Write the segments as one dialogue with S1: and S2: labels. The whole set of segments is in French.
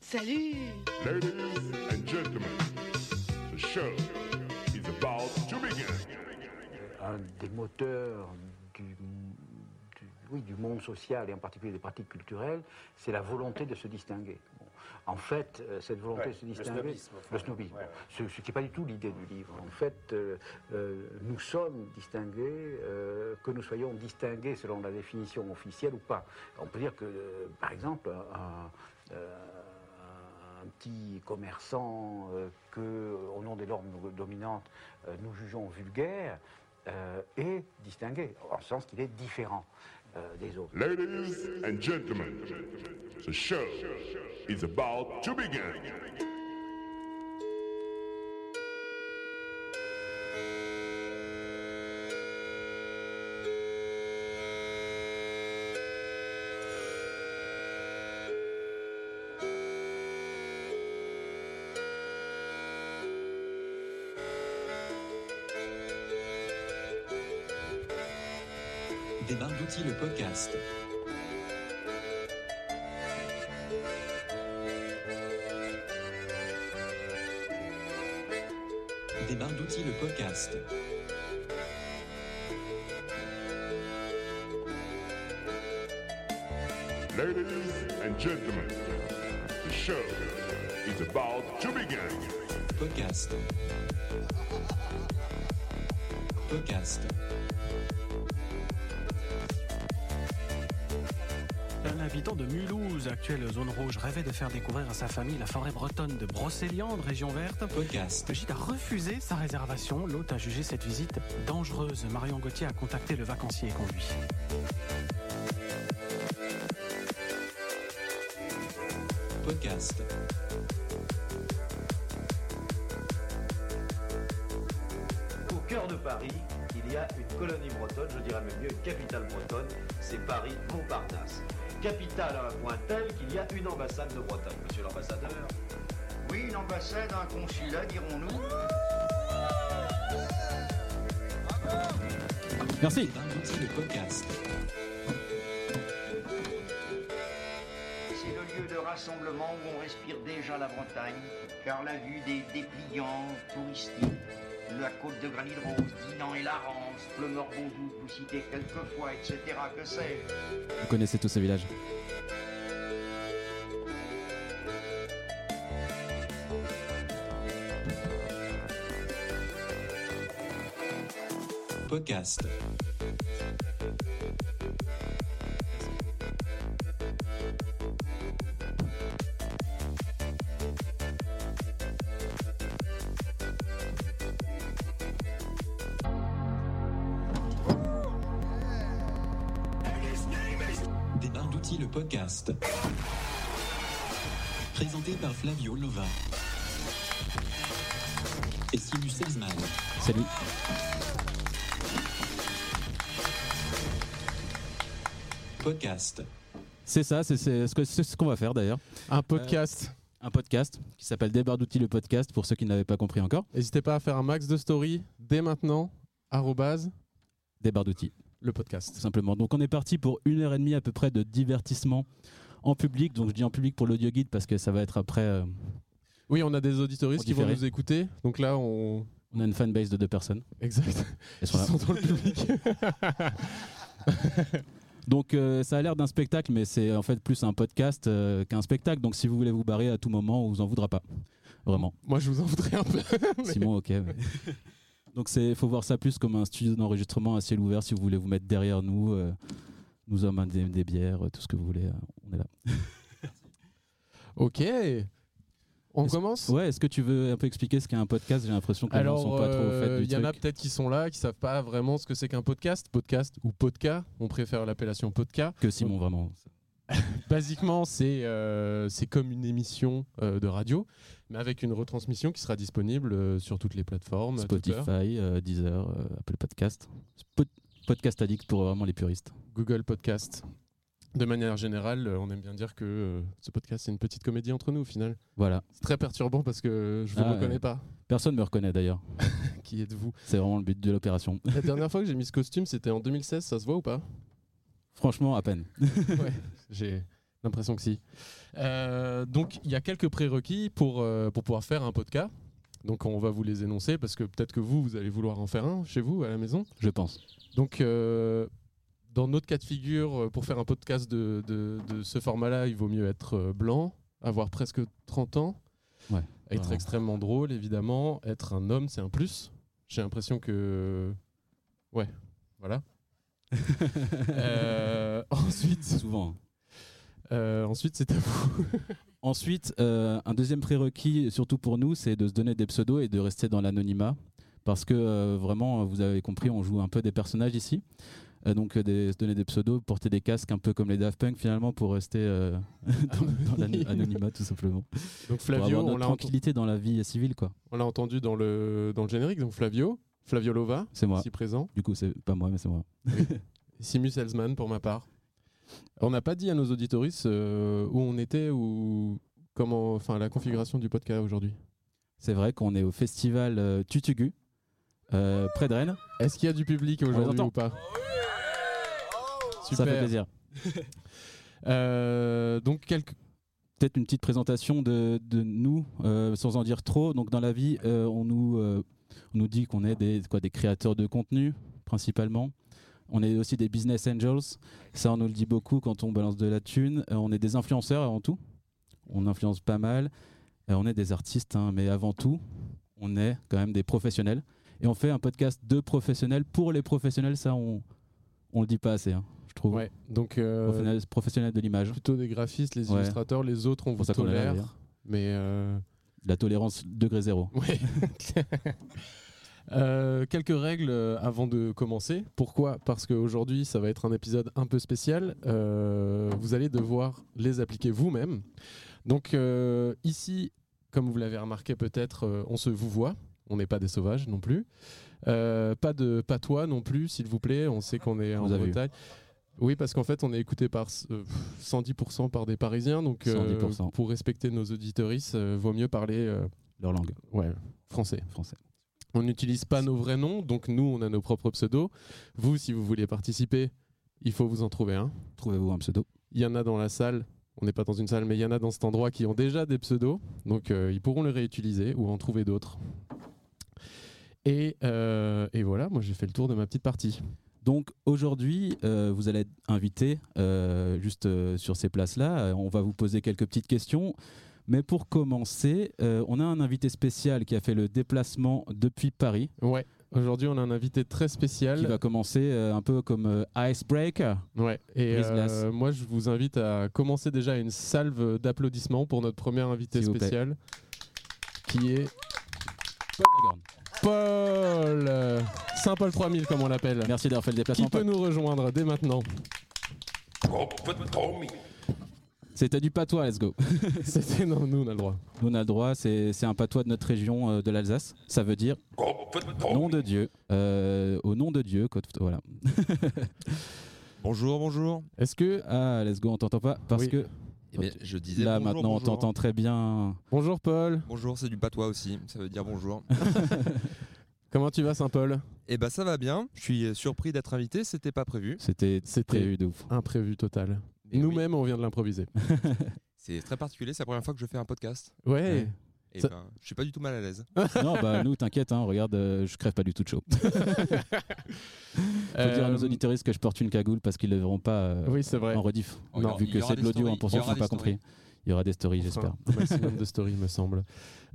S1: Salut
S2: Ladies and gentlemen, the show is about to begin.
S3: un des moteurs du, du- oui, du monde social et en particulier des pratiques culturelles, c'est la volonté de se distinguer. Bon. En fait, euh, cette volonté
S4: Ouais,
S3: de se
S4: le
S3: distinguer,
S4: snobisme, enfin.
S3: le snobisme,
S4: Ouais, ouais.
S3: ce, ce qui n'est pas du tout l'idée du livre. En fait, euh, euh, nous sommes distingués, euh, que nous soyons distingués selon la définition officielle ou pas. On peut dire que, euh, par exemple, un, euh, un petit commerçant euh, que, au nom des normes dominantes, euh, nous jugeons vulgaire euh, est distingué, en le sens qu'il est différent euh, des autres.
S2: Ladies and gentlemen, the show is about to begin.
S5: Des barres d'outils, le podcast. Des barres d'outils, le podcast.
S2: Ladies and gentlemen, the show is about to begin.
S5: Podcast. Podcast.
S6: Un habitant de Mulhouse, actuelle zone rouge, rêvait de faire découvrir à sa famille la forêt bretonne de Brocéliande, région verte.
S5: Podcast.
S6: Brigitte a refusé sa réservation. L'hôte a jugé cette visite dangereuse. Marion Gauthier a contacté le vacancier et conduit.
S5: Podcast.
S7: Au cœur de Paris, il y a une colonie bretonne, je dirais même mieux une capitale bretonne, c'est Paris Montparnasse. Capitale à un point tel qu'il y a une ambassade de Bretagne, monsieur l'ambassadeur.
S8: Oui, une ambassade, un consulat, dirons-nous.
S5: Des
S6: Merci.
S5: barres d'outils, le podcast.
S8: C'est le lieu de rassemblement où on respire déjà la Bretagne, car la vue des dépliants touristiques, la côte de Granit Rose, Dinan et la Rance, Pleumeure-Bondoux, vous citez quelquefois, etc. Que sais-je
S9: Vous connaissez tous ce village.
S5: Podcast. Des barres d'outils, le podcast. Présenté par Flavio Lova. Et Simus Selzman.
S9: Salut.
S5: Podcast.
S9: C'est ça, c'est c'est ce que- c'est ce qu'on va faire d'ailleurs. Euh,
S10: un podcast.
S9: Un podcast qui s'appelle Des barres d'outils, le podcast, pour ceux qui ne l'avaient pas compris encore.
S10: N'hésitez pas à faire un max de stories dès maintenant. Arrobase
S9: Des barres d'outils,
S10: le
S9: tout
S10: podcast.
S9: simplement. Donc on est parti pour une heure et demie à peu près de divertissement en public. Donc je dis en public pour l'audio guide parce que ça va être après. euh,
S10: Oui, on a des auditoristes
S9: On
S10: qui vont
S9: différait.
S10: nous écouter. Donc là, on.
S9: on a une fanbase de deux personnes.
S10: Exact.
S9: Elles sont
S10: Ils
S9: là.
S10: sont dans le public.
S9: Donc euh, ça a l'air d'un spectacle, mais c'est en fait plus un podcast euh, qu'un spectacle. Donc si vous voulez vous barrer à tout moment, on vous en voudra pas. Vraiment.
S10: Moi, je vous en voudrais un peu. Mais-
S9: Simon, ok. mais- Donc c'est, faut voir ça plus comme un studio d'enregistrement à ciel ouvert si vous voulez vous mettre derrière nous. euh, nous hommes, des, des bières, euh, tout ce que vous voulez, euh, on est là.
S10: Ok. On
S9: Est-ce-
S10: commence
S9: Ouais, est-ce que tu veux un peu expliquer ce qu'est un podcast J'ai l'impression que les gens sont
S10: Alors,
S9: pas trop au fait
S10: euh,
S9: du
S10: il y en a
S9: truc.
S10: peut-être qui sont là, qui savent pas vraiment ce que c'est qu'un podcast. Podcast ou podcast. On préfère l'appellation podcast.
S9: Que Simon, vraiment.
S10: Basiquement, c'est euh, c'est comme une émission euh, de radio, mais avec une retransmission qui sera disponible euh, sur toutes les plateformes. à toute heure.
S9: Spotify, euh, Deezer, euh, Apple Podcast. Spot- podcast Addict pour vraiment les puristes.
S10: Google Podcast. De manière générale, euh, on aime bien dire que euh, ce podcast, c'est une petite comédie entre nous au final.
S9: Voilà.
S10: C'est très perturbant parce que euh, je ne vous
S9: Ah,
S10: reconnais
S9: ouais.
S10: pas.
S9: Personne me reconnaît d'ailleurs.
S10: Qui êtes-vous
S9: C'est vraiment le but de l'opération.
S10: La dernière fois que j'ai mis ce costume, c'était en 2016, ça se voit ou pas
S9: Franchement, à peine.
S10: Ouais. J'ai l'impression que si. Euh, donc il y a quelques prérequis pour, euh, pour pouvoir faire un podcast. Donc on va vous les énoncer parce que peut-être que vous, vous allez vouloir en faire un chez vous, à la maison.
S9: je pense.
S10: Donc, euh, dans notre cas de figure, euh, pour faire un podcast de, de- de ce format-là, il vaut mieux être euh, blanc, avoir presque 30 ans,
S9: Ouais,
S10: être
S9: vraiment.
S10: extrêmement drôle, évidemment. Être un homme, c'est un plus. J'ai l'impression que. Ouais, voilà. Euh, ensuite,
S9: Souvent. hein.
S10: euh, ensuite c'est à vous.
S9: Ensuite, euh, un deuxième prérequis, surtout pour nous, c'est de se donner des pseudos et de rester dans l'anonymat. Parce que euh, vraiment, vous avez compris, on joue un peu des personnages ici. Euh, donc, euh, des- se donner des pseudos, porter des casques un peu comme les Daft Punk finalement pour rester euh, dans, dans l'anonymat tout simplement. Pour
S10: Donc, Flavio,
S9: avoir
S10: on
S9: notre
S10: l'a ent-
S9: tranquillité dans la vie civile quoi.
S10: on l'a entendu dans le, dans le générique. Donc, Flavio, Flavio Lova,
S9: C'est moi.
S10: ici présent.
S9: Du coup, c'est pas moi, mais c'est moi.
S10: Simus Elsman pour ma part. On n'a pas dit à nos auditoristes euh, où on était ou comment, enfin la configuration du podcast aujourd'hui.
S9: C'est vrai qu'on est au festival euh, Tutugu, euh, près de Rennes.
S10: Est-ce qu'il y a du public aujourd'hui
S9: entend.
S10: ou pas
S9: Ça fait plaisir.
S10: Euh, donc quelques.
S9: peut-être une petite présentation de, de nous, euh, sans en dire trop. Donc dans la vie, euh, on, nous, euh, on nous dit qu'on est des, quoi, des créateurs de contenu, principalement. On est aussi des business angels. Ça, on nous le dit beaucoup quand on balance de la thune. Euh, on est des influenceurs avant tout. On influence pas mal. Euh, on est des artistes, hein, mais avant tout, on est quand même des professionnels. Et on fait un podcast de professionnels pour les professionnels. Ça, on on le dit pas assez, hein, je trouve.
S10: Ouais. Donc euh,
S9: Professionnels, professionnels de l'image.
S10: plutôt des graphistes, les
S9: Ouais.
S10: illustrateurs, les autres
S9: C'est
S10: on vous
S9: pour ça qu'on est là,
S10: tolère,
S9: d'ailleurs.
S10: mais euh,
S9: La tolérance degré zéro.
S10: Ouais. Euh, quelques règles euh, avant de commencer. Pourquoi Parce qu'aujourd'hui, ça va être un épisode un peu spécial. Euh, vous allez devoir les appliquer vous-même. Donc euh, ici, comme vous l'avez remarqué peut-être, euh, on se vous voit. On n'est pas des sauvages non plus. Euh, pas de patois non plus, s'il vous plaît. On sait qu'on est en
S9: Vous avez eu.
S10: Bretagne. Oui, parce qu'en fait, on est écouté par euh, pff, 110% par des Parisiens. Donc, euh,
S9: 110%.
S10: pour respecter nos auditorices, euh, vaut mieux parler euh,
S9: Leur langue,
S10: ouais, français.
S9: français.
S10: On n'utilise pas nos vrais noms, donc nous, on a nos propres pseudos. Vous, si vous voulez participer, il faut vous en trouver un.
S9: Trouvez-vous un pseudo.
S10: Il y en a dans la salle, on n'est pas dans une salle, mais il y en a dans cet endroit qui ont déjà des pseudos, donc euh, ils pourront les réutiliser ou en trouver d'autres. Et, euh, et voilà, moi j'ai fait le tour de ma petite partie.
S9: Donc aujourd'hui, euh, vous allez être invité euh, juste euh, sur ces places-là. Euh, On va vous poser quelques petites questions. Mais pour commencer, euh, on a un invité spécial qui a fait le déplacement depuis Paris,
S10: Ouais, aujourd'hui on a un invité très spécial.
S9: qui va commencer euh, un peu comme euh, Icebreaker.
S10: Ouais, et
S9: Brise glace.
S10: euh, moi je vous invite à commencer déjà une salve d'applaudissements pour notre premier invité
S9: S'il vous plaît.
S10: spécial, qui est
S9: Paul Dagorne.
S10: Paul euh, Saint-Paul 3000 comme on l'appelle.
S9: Merci d'avoir fait le
S10: Qui
S9: déplacement.
S10: peut nous rejoindre dès maintenant
S9: C'était du patois, let's go.
S10: C'était non, nous on a le droit.
S9: Nous, on a le droit, c'est c'est un patois de notre région euh, de l'Alsace. Ça veut dire nom de Dieu. Euh, au nom de Dieu, quoi, tout- voilà.
S1: Bonjour, bonjour.
S10: Est-ce que
S9: Ah, let's go, on t'entend pas parce
S10: Oui.
S9: que
S1: Eh bien, je disais
S9: Là
S1: bonjour, hein.
S9: maintenant on
S1: bonjour.
S9: t'entend très bien.
S10: bonjour Paul
S1: Bonjour, c'est du patois aussi, ça veut dire bonjour.
S10: Comment tu vas Saint-Paul
S1: Eh ben ça va bien, je suis surpris d'être invité, c'était pas prévu.
S9: C'était
S10: C'était-
S9: prévu de ouf.
S10: Imprévu total.
S9: Eh
S1: Mais oui,
S10: Nous-mêmes on vient de l'improviser.
S1: c'est très particulier, c'est la première fois que je fais un podcast.
S10: Ouais.
S1: Et
S10: Ça-
S1: ben, je suis pas du tout mal à l'aise.
S9: non bah nous t'inquiète hein, regarde euh, je crève pas du tout de chaud. Faut dire à nos
S10: Euh,
S9: auditeurs que je porte une cagoule parce qu'ils le verront pas euh,
S10: Oui c'est vrai.
S9: en rediff.
S1: Oh, il y aura-
S9: vu
S1: il y
S9: que
S1: aura
S9: c'est de
S1: des
S9: l'audio
S1: stories,
S9: hein, pour
S1: il y
S9: ceux qui
S1: aura
S9: n'ont
S1: des
S9: pas
S1: stories.
S9: compris. Il y aura des stories j'espère.
S10: Enfin, un maximum de stories me semble.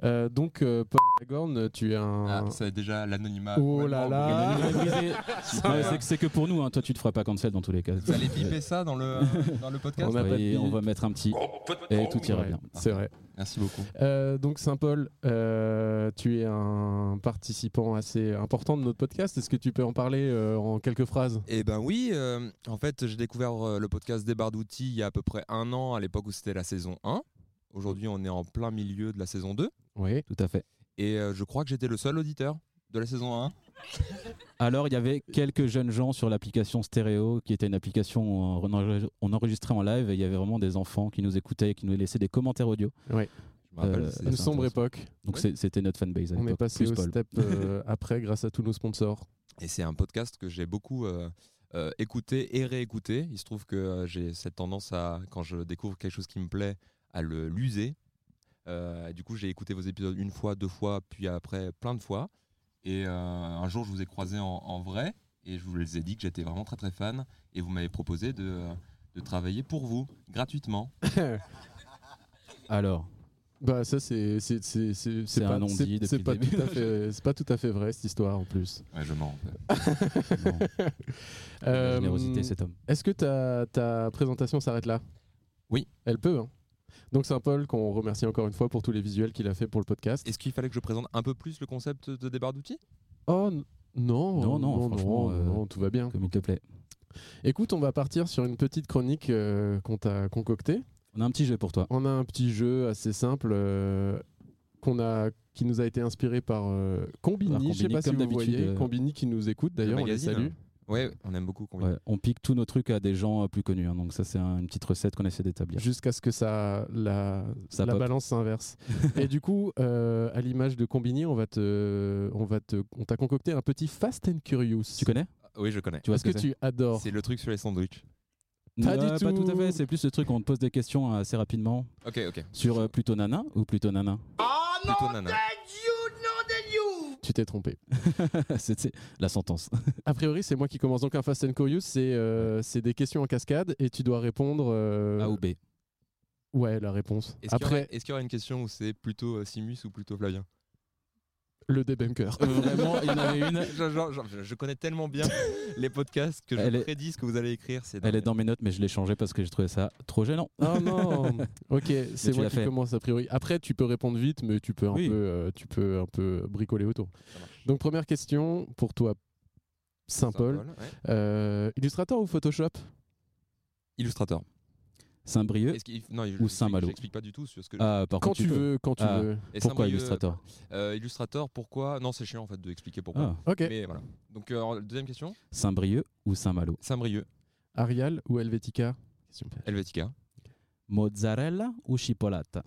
S10: Euh, donc euh, Paul Dagorne, tu es un...
S1: Ah, c'est déjà l'anonymat.
S10: oh là là
S9: L'anonymat est brisé. Ouais, c'est que- c'est que pour nous hein, toi tu te feras pas cancel dans tous les cas.
S1: Vous allez piper ça dans le, dans le podcast
S10: On a pas de
S9: Oui,
S10: bip.
S9: on va mettre un petit et tout ira
S10: Ouais,
S9: bien.
S10: C'est vrai.
S1: Merci beaucoup.
S10: Euh, donc Saint-Paul, euh, tu es un participant assez important de notre podcast. Est-ce que tu peux en parler euh, en quelques phrases
S1: Eh ben oui, euh, en fait, j'ai découvert euh, le podcast Des barres d'outils il y a à peu près un an, à l'époque où c'était la saison 1. Aujourd'hui, on est en plein milieu de la saison 2.
S10: Oui.
S9: Tout à fait.
S1: Et euh, je crois que j'étais le seul auditeur de la saison 1.
S9: Alors, il y avait quelques jeunes gens sur l'application Stéréo, qui était une application où on enregistre- on enregistrait en live, et il y avait vraiment des enfants qui nous écoutaient, qui nous laissaient des commentaires audio.
S1: Je me rappelle,
S9: Euh,
S1: c'est-
S10: Une
S9: c'est
S10: sombre
S9: intéressant.
S10: époque.
S9: Donc,
S1: Ouais.
S9: c'est- c'était notre fanbase. à
S10: On est
S9: l'époque,
S10: passé
S9: plus
S10: au
S9: Paul.
S10: step euh, après grâce à tous nos sponsors.
S1: Et c'est un podcast que j'ai beaucoup euh, euh, écouter et réécouter. Il se trouve que euh, j'ai cette tendance à, quand je découvre quelque chose qui me plaît, à le l'user. Euh, du coup, j'ai écouté vos épisodes une fois, deux fois, puis après plein de fois. Et euh, un jour, je vous ai croisé en, en vrai et je vous les ai dit que j'étais vraiment très très fan. Et vous m'avez proposé de, euh, de travailler pour vous gratuitement.
S9: Alors,
S10: Bah ça c'est c'est c'est c'est
S9: C'est
S10: c'est pas
S9: un non-dit
S10: c'est-
S9: depuis
S10: c'est
S9: le
S10: pas
S9: début.
S10: tout à fait c'est pas tout à fait vrai cette histoire en plus.
S1: Ouais, je mens.
S9: la
S10: Euh,
S9: générosité, cet homme.
S10: Est-ce que ta, ta présentation s'arrête là
S1: Oui.
S10: Elle peut. Hein Donc Saint-Paul qu'on remercie encore une fois pour tous les visuels qu'il a fait pour le podcast.
S1: Est-ce qu'il fallait que je présente un peu plus le concept de débarre d'outils
S10: Oh n- non
S9: Non, non, franchement, euh,
S10: non, tout va bien.
S9: Comme il te plaît.
S10: Écoute, on va partir sur une petite chronique euh, qu'on t'a concoctée.
S9: On a un petit jeu pour toi.
S10: On a un petit jeu assez simple euh, qu'on a, qui nous a été inspiré par euh, Combini.
S9: Par
S10: je sais
S9: Combini,
S10: pas si
S9: comme
S10: vous
S9: d'habitude,
S10: voyez
S9: euh, hein.
S10: Combini qui nous écoute d'ailleurs.
S1: Le
S10: On les
S1: magazine,
S10: salue.
S1: Ouais, on aime beaucoup. Combini.
S9: Ouais, on pique tous nos trucs à des gens euh, plus connus. hein, donc ça, c'est un- une petite recette qu'on essaie d'établir.
S10: jusqu'à ce que ça, la,
S9: Ça
S10: la
S9: pop.
S10: balance s'inverse. et du coup, euh, à l'image de Combini, on va te, on va te, on t'a concocté un petit Fast and Curious.
S9: Tu connais
S1: Oui, je connais.
S9: Tu vois
S10: Parce
S9: ce que,
S10: que tu adores.
S1: C'est le truc sur les sandwichs.
S9: c'est
S10: Pas
S9: Ouais,
S10: du
S9: Pas
S10: tout.
S9: tout à fait. C'est plus le truc où on te pose des questions assez rapidement
S1: Ok, ok.
S9: sur euh, plutôt nana ou plutôt nana.
S1: Plutôt nana.
S10: Tu t'es trompé.
S9: c'est c'est la sentence.
S10: A priori, c'est moi qui commence. Donc un Fast and Curious, c'est euh, c'est des questions en cascade et tu dois répondre. euh,
S9: A Ah, ou B.
S10: Ouais, la réponse.
S1: Est-ce qu'il y aurait-
S10: Après,
S1: est-ce qu'il y aurait une question où c'est plutôt euh, Simus ou plutôt Flavien
S10: le débunker.
S9: Euh, Vraiment, il y en avait une.
S1: je, genre- genre, je- je connais tellement bien les podcasts que je
S9: Elle est-
S1: prédis ce que vous allez écrire. C'est
S9: Elle est dans mes notes, mais je l'ai changée parce que j'ai trouvé ça trop gênant.
S10: Oh non. ok, c'est
S9: tu
S10: moi
S9: l'as
S10: qui
S9: fait.
S10: commence a priori. Après, tu peux répondre vite, mais tu peux un
S9: Oui.
S10: peu, euh, tu peux un peu bricoler autour. Donc première question pour toi, Saint-Paul.
S1: ouais.
S10: Euh, Illustrator ou Photoshop
S1: Illustrator.
S9: Saint-Brieuc.
S1: Est-ce qu'il- non, je-
S9: ou
S1: je-
S9: Saint-Malo
S1: J'explique pas du tout sur ce que.
S9: Ah, par
S10: Quand
S9: contre,
S10: tu
S9: peux.
S10: veux, Euh, quand tu
S9: Ah.
S10: veux.
S1: Et
S9: Pourquoi
S1: Saint-Brieuc-
S9: Illustrator
S1: euh, Illustrator, pourquoi Non, c'est chiant en fait de expliquer pourquoi.
S9: Ah,
S10: Ok.
S1: Mais voilà. Donc euh, deuxième question.
S9: Saint-Brieuc ou Saint-Malo
S1: Saint-Brieuc,
S10: Arial ou Helvetica Question piège.
S1: Helvetica,
S9: Mozzarella ou chipolata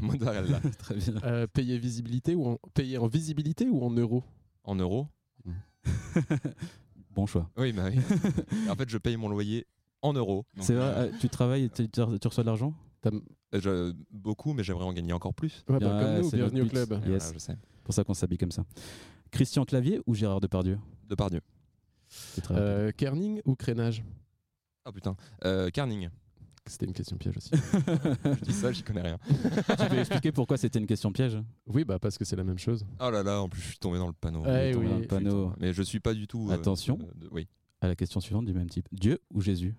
S1: Mozzarella.
S9: Très bien.
S10: Euh, payer visibilité ou en, payer en visibilité ou en euros
S1: en euros.
S9: Bon choix.
S1: Oui, bah oui. en fait, je paye mon loyer en euros. Donc,
S9: C'est vrai,
S1: euh,
S9: euh, tu travailles et tu, tu reçois de l'argent
S10: T'as- ouais,
S1: je- euh, beaucoup, mais j'aimerais en gagner encore plus.
S10: bah,
S9: Bien,
S10: Comme nous,
S9: Ah, c'est notre
S10: bienvenue au
S9: but.
S10: club.
S1: Et
S9: Yes.
S1: voilà, je sais.
S9: pour ça qu'on s'habille comme ça. Christian Clavier ou Gérard Depardieu
S1: De Pardieu.
S9: C'est très rapide.
S10: Euh, kerning ou crénage
S1: Ah putain. Euh, Carning.
S10: C'était une question piège aussi.
S1: Je dis ça, j'y connais rien.
S9: Tu peux expliquer pourquoi c'était une question piège
S10: oui, bah parce que c'est la même chose.
S1: Oh là là, en plus, je suis tombé dans le panneau.
S10: Eh
S1: Je suis tombé
S10: oui.
S1: dans le
S9: Panneau.
S1: putain. Mais je suis pas du tout. euh,
S9: Attention.
S1: euh, de- oui.
S9: À la question suivante du même type. Dieu ou Jésus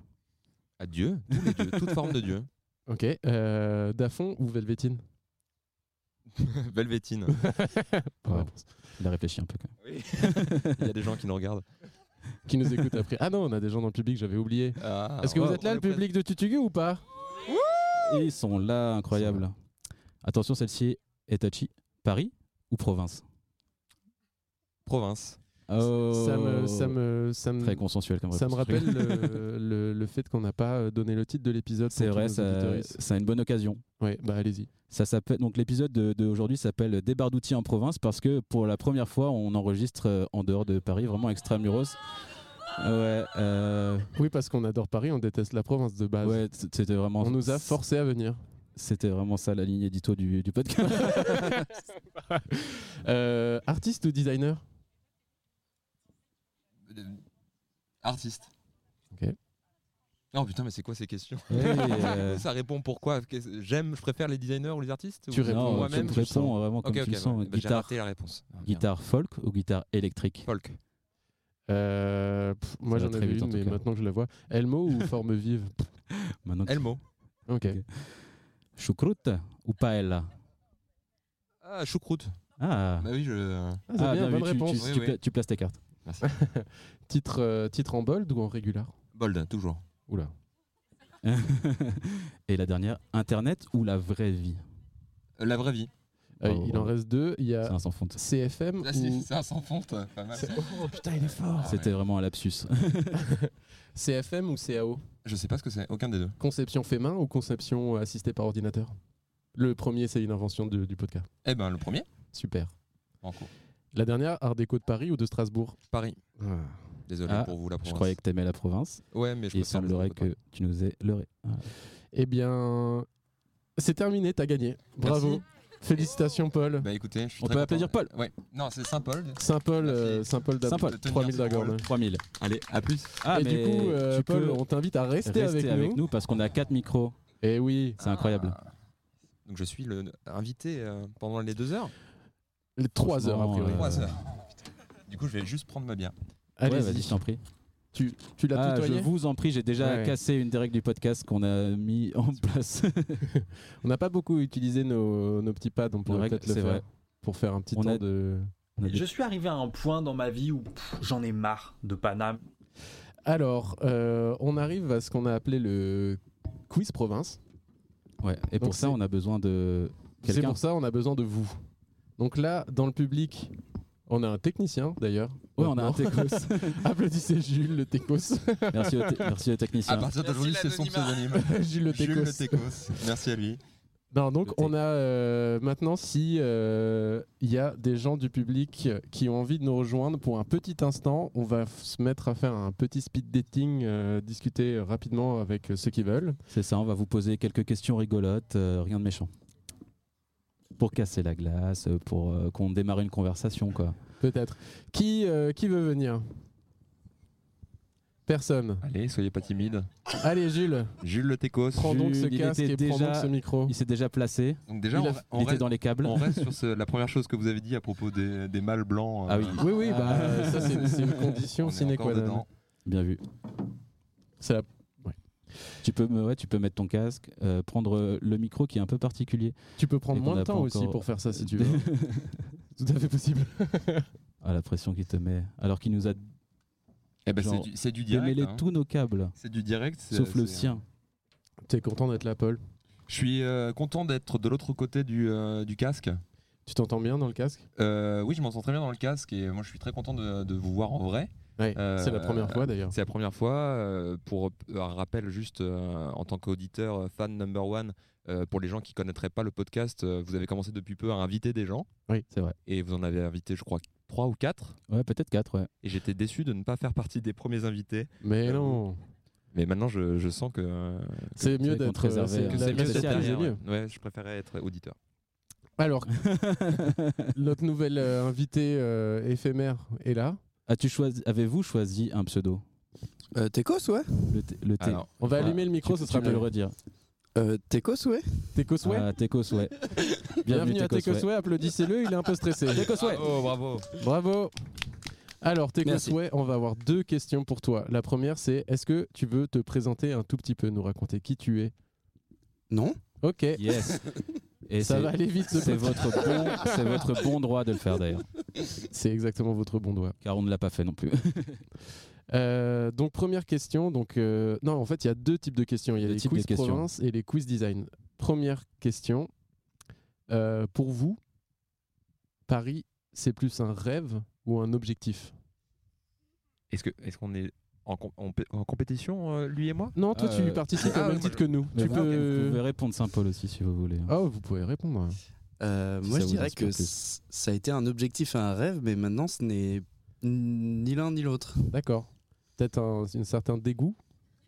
S1: À Dieu, tous les dieux, toute forme de Dieu.
S10: Ok. Euh, Dafon ou Velvetine
S1: Velvetine.
S10: Bonne
S9: Wow.
S10: réponse.
S9: Il a réfléchi un peu quand même.
S1: Il y a des gens qui nous regardent.
S10: Qui nous écoute après Ah non, on a des gens dans le public, j'avais oublié.
S1: Ah,
S9: Ah,
S10: Est-ce que
S1: oh,
S10: vous êtes là, le public de Tutugu ou pas
S9: Et ils sont là, incroyable. Attention, celle-ci est touchy. Paris ou province
S1: Province.
S9: Oh.
S10: Ça me, ça me, ça me,
S9: Très consensuel comme
S10: ça me
S9: réponse.
S10: rappelle le, le- le fait qu'on n'a pas euh, donné le titre de l'épisode. pour
S9: C'est
S10: tous
S9: vrai,
S10: nos
S9: ça,
S10: auditeurs.
S9: ça a une bonne occasion.
S10: Ouais, bah allez-y.
S9: Ça s'appelle donc l'épisode de- d'aujourd'hui s'appelle Débardouti en province parce que pour la première fois on enregistre euh, en dehors de Paris, vraiment extramuros. Ouais, euh,
S10: Oui, parce qu'on adore Paris, on déteste la province de base.
S9: ouais, c- c'était vraiment.
S10: On nous a forcé à venir.
S9: C'était vraiment ça la ligne édito du, du podcast.
S10: Euh, artiste ou designer
S1: euh, Artiste.
S10: Ok.
S1: Non, putain, mais c'est quoi ces questions
S9: Hey, euh,
S1: Ça répond pourquoi Qu'est-ce- J'aime, je préfère les designers ou les artistes
S10: Tu
S1: Ou-
S10: réponds
S9: non, tu
S1: moi-même, je le
S9: réponds
S1: sens.
S9: vraiment comme
S1: Ok,
S9: tu
S1: ok.
S9: le sens.
S1: ouais. Bah, J'ai
S9: guitare,
S1: raté la réponse. Ah, merde.
S9: guitare folk ou guitare électrique
S1: Folk.
S10: Euh, pff, Moi
S9: va
S10: j'en
S9: très
S10: avais
S9: vite, en
S10: une,
S9: tout
S10: mais
S9: cas.
S10: maintenant que je la vois. Elmo ou Forme Vive Pff,
S9: Maintenant, tu-
S1: Elmo.
S10: Ok.
S9: Choucroute ou paella
S1: Ah, choucroute.
S9: Ah,
S1: Bah oui, je.
S10: Ah, c'est
S9: Ah,
S10: bien,
S9: bien
S10: bonne
S9: vu, tu-
S10: réponse.
S9: Tu,
S1: Oui,
S9: tu
S1: oui.
S9: pla- tu places tes cartes.
S1: Merci.
S10: Titre, euh, titre en bold ou en régular
S1: Bold, toujours.
S10: Oula.
S9: Et la dernière, Internet ou la vraie vie
S1: Euh, La vraie vie.
S10: Euh,
S9: Oh,
S10: il en reste deux. Il y
S9: C'est
S10: a
S9: un sans fonte.
S10: CFM
S1: Là,
S10: ou...
S1: c'est ça, sans fonte. euh, Pas mal.
S10: Oh putain, il est fort
S9: C'était vraiment un lapsus.
S10: CFM ou CAO
S1: Je sais pas ce que c'est, aucun des deux.
S10: Conception fait main ou conception euh, assistée par ordinateur Le premier, c'est une invention de- du podcast.
S1: Eh ben, le premier.
S10: Super.
S1: En cours.
S10: La dernière, Art déco de Paris ou de Strasbourg
S1: Paris. Désolé
S9: Ah,
S1: pour vous la
S9: Je
S1: province.
S9: croyais que t'aimais la province.
S1: Ouais, mais je
S9: Il
S1: préfère les
S9: semblerait
S1: autres copains.
S9: que tu nous aies leurré. Voilà.
S10: Eh bien, c'est terminé, t'as gagné. Bravo.
S1: Merci.
S10: Félicitations, Paul.
S1: Bah écoutez, je suis
S9: On
S1: très
S9: peut
S1: content.
S9: applaudir Paul.
S1: Ouais. Non, c'est Saint-Paul.
S10: Saint-Paul, euh,
S1: Merci.
S10: Saint-Paul d'Ab-
S9: Saint-Paul.
S10: 3000
S1: Tenir ce rôle.
S10: d'Agorne.
S9: 3000.
S1: Allez, à plus.
S9: Ah,
S10: Et du
S9: mais
S10: coup, euh,
S9: tu
S10: Paul,
S9: peux
S10: on t'invite à rester,
S9: rester avec, nous. Ah, parce qu'on a 4 micros.
S10: Et oui,
S9: C'est incroyable.
S1: Ah. Donc je suis le invité euh, pendant les deux heures.
S10: les 3 heures a
S9: Franchement,
S10: priori.
S9: euh,
S1: Trois heures. Du coup, je vais juste prendre ma bière.
S9: Ouais,
S10: Allez-y.
S9: vas-y, je t'en prie.
S10: tu tu l'as
S9: Ah, je
S10: tutoyé
S9: vous en prie, j'ai déjà
S10: Ouais.
S9: cassé une des règles du podcast qu'on a mis en place.
S10: On n'a pas beaucoup utilisé nos, nos petits pads, on pourrait
S9: règle,
S10: peut-être le
S9: c'est
S10: faire
S9: vrai.
S10: pour faire un petit
S9: On
S10: temps
S9: a-
S10: de.
S9: On a dit-
S4: Je suis arrivé à un point dans ma vie où pff, j'en ai marre de Paname.
S10: Alors, euh, on arrive à ce qu'on a appelé le quiz province.
S9: Ouais. Et
S10: Donc
S9: pour ça,
S10: c'est-
S9: on a besoin de
S10: C'est
S9: quelqu'un.
S10: pour ça on a besoin de vous. Donc là, dans le public, on a un technicien d'ailleurs.
S9: Ouais, on a un
S10: Maintenant.
S9: techos.
S10: Applaudissez Jules le techos.
S9: merci, au te- merci au
S1: À
S9: technicien.
S1: partir d'aujourd'hui, c'est son pseudonyme.
S10: Jules le
S1: Jules
S10: techos.
S1: Le Tecos. Merci à lui.
S10: Non, donc
S9: Le
S10: on a euh, maintenant si euh, il y a des gens du public qui ont envie de nous rejoindre pour un petit instant, on va f- se mettre à faire un petit speed dating, euh, discuter rapidement avec euh, ceux qui veulent.
S9: C'est ça, on va vous poser quelques questions rigolotes, euh, rien de méchant. Pour casser la glace, euh, pour euh, qu'on démarre une conversation, quoi.
S10: Peut-être. Qui euh, qui veut venir Personne.
S1: Allez, soyez pas timide.
S10: Allez Jules,
S1: Jules Le Tecos.
S10: prends donc ce
S9: Jules, il
S10: casque
S9: était
S10: et prends
S9: déjà-
S10: donc ce micro.
S9: Il s'est déjà placé,
S1: Donc déjà,
S10: Il
S1: on,
S10: a-
S1: re-
S9: il
S1: on
S9: était
S1: reste,
S9: dans les câbles.
S1: on reste sur ce- la première chose que vous avez dit à propos des, des mâles blancs.
S9: Ah oui,
S10: Oui oui, bah,
S9: Ah.
S10: ça c'est c'est une
S1: on
S10: condition
S1: est
S10: sine
S1: encore
S10: qua non.
S1: dedans.
S9: bien vu.
S10: C'est la
S9: Tu peux, me- ouais, tu peux mettre ton casque, euh, prendre euh, le micro qui est un peu particulier.
S10: Tu peux prendre
S9: Et qu'on
S10: moins de
S9: n'a pas
S10: temps aussi
S9: encore-
S10: pour faire ça Ah, si tu veux. Tout à fait possible.
S9: Ah, la pression qu'il te met. Alors qu'il nous a
S1: Eh ben, c'est
S9: Genre,
S1: du- c'est du, direct.
S9: démêlé
S1: hein.
S9: tous nos câbles,
S1: C'est du direct. c'est-
S9: sauf le
S1: c'est-
S9: sien.
S10: T'es content d'être là, Paul
S1: Je suis euh, content d'être de l'autre côté du, euh, du casque.
S10: Tu t'entends bien dans le casque
S1: Euh, oui, je m'entends très bien dans le casque et moi je suis très content de, de vous voir en vrai.
S10: Ouais,
S1: Euh,
S10: c'est la première fois d'ailleurs.
S1: C'est la première fois. euh, pour un rappel, juste euh, en tant qu'auditeur, euh, fan number one, euh, pour les gens qui connaîtraient pas le podcast, euh, vous avez commencé depuis peu à inviter des gens
S9: C'est vrai.
S1: et vous en avez invité, je crois, trois ou quatre.
S9: Ouais, peut-être quatre, ouais.
S1: Et j'étais déçu de ne pas faire partie des premiers invités.
S10: Mais
S1: Euh,
S10: non,
S1: Mais maintenant, je, je sens que, euh,
S10: c'est mieux
S9: vrai qu'on te
S10: d'être
S9: réservait,
S10: c'est-
S9: euh,
S1: que
S10: la-
S1: c'est
S10: la
S1: mieux d'être
S10: surprise est
S1: derrière,
S10: mieux.
S1: ouais. Ouais, je préférais être auditeur.
S10: Alors, notre nouvelle euh, invitée euh, éphémère est là.
S9: As-tu choisi, avez-vous choisi un pseudo
S11: Euh, Tecos, ouais.
S9: Le T. le
S10: Ah,
S9: T.
S1: Alors,
S10: On va
S9: Voilà.
S10: allumer le micro,
S9: tu,
S10: ce
S9: tu
S10: sera
S9: peux le
S10: mieux.
S9: redire.
S11: Euh, Tecos, ouais.
S10: Tekos ouais.
S9: Ah, Tekos, ouais.
S10: Bienvenue à
S9: Tekos, ouais.
S10: Tekos ouais, applaudissez-le, il est un peu stressé. Tekos ouais.
S1: bravo, bravo.
S10: Bravo. Alors, Tekos
S11: Merci.
S10: ouais, on va avoir deux questions pour toi. La première, c'est est-ce que tu veux te présenter un tout petit peu, nous raconter qui tu es
S11: Non
S10: Ok,
S9: Yes. Et
S10: ça
S9: c'est-
S10: va aller vite. ce
S9: C'est
S10: podcast.
S9: votre, bon, c'est votre bon droit de le faire d'ailleurs,
S10: C'est exactement votre bon doigt.
S9: car on ne l'a pas fait non plus.
S10: Euh, donc première question, donc euh, non en fait il y a deux types de questions, il y a
S9: Deux
S10: les
S9: types
S10: quiz
S9: de questions.
S10: province et les quiz design. Première question, euh, pour vous, Paris c'est plus un rêve ou un objectif
S1: Est-ce que est-ce qu'on est en, com- en p- en compétition euh, lui et moi
S10: Non toi tu
S9: Euh,
S10: participes au
S1: ah,
S10: même
S1: oui,
S10: titre que nous, tu
S9: Mais voilà, Vous
S10: peux...
S9: pouvez répondre Saint-Paul aussi si vous voulez.
S10: Oh vous pouvez répondre.
S11: Euh,
S9: Si
S11: moi,
S9: ça
S11: je
S9: vous
S11: dirais
S9: inspire
S11: que
S9: plus.
S11: c- ça a été un objectif et un rêve, mais maintenant, ce n'est ni l'un ni l'autre.
S10: D'accord. Peut-être un, un certain dégoût